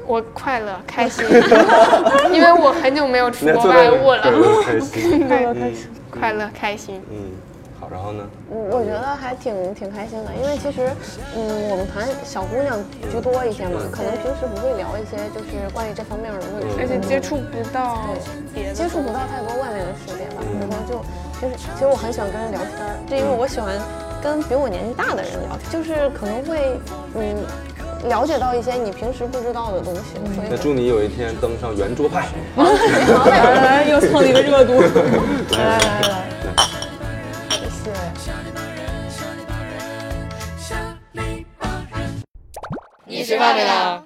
S7: 我快乐开 [laughs] 心，因为我很久没有出
S2: 你看
S7: 国
S2: 坐
S7: 外
S2: 在
S7: 务
S2: 对
S7: 了，
S2: 我开心，嗯
S7: 快乐开心。
S2: 嗯，好，然后呢？
S6: 嗯，我觉得还挺挺开心的，因为其实，嗯，我们团小姑娘居多一些嘛，可能平时不会聊一些就是关于这方面的问题，
S7: 而且接触不到别的，嗯
S6: 接触不到太多外面的世界吧。然后就就是，其实我很喜欢跟人聊天儿，就因为我喜欢跟比我年纪大的人聊天，就是可能会嗯了解到一些你平时不知道的东西，
S7: 嗯
S6: 所以
S2: 那祝你有一天登上圆桌派。
S5: 来来，又蹭一个热度。
S11: 你吃饭没啦？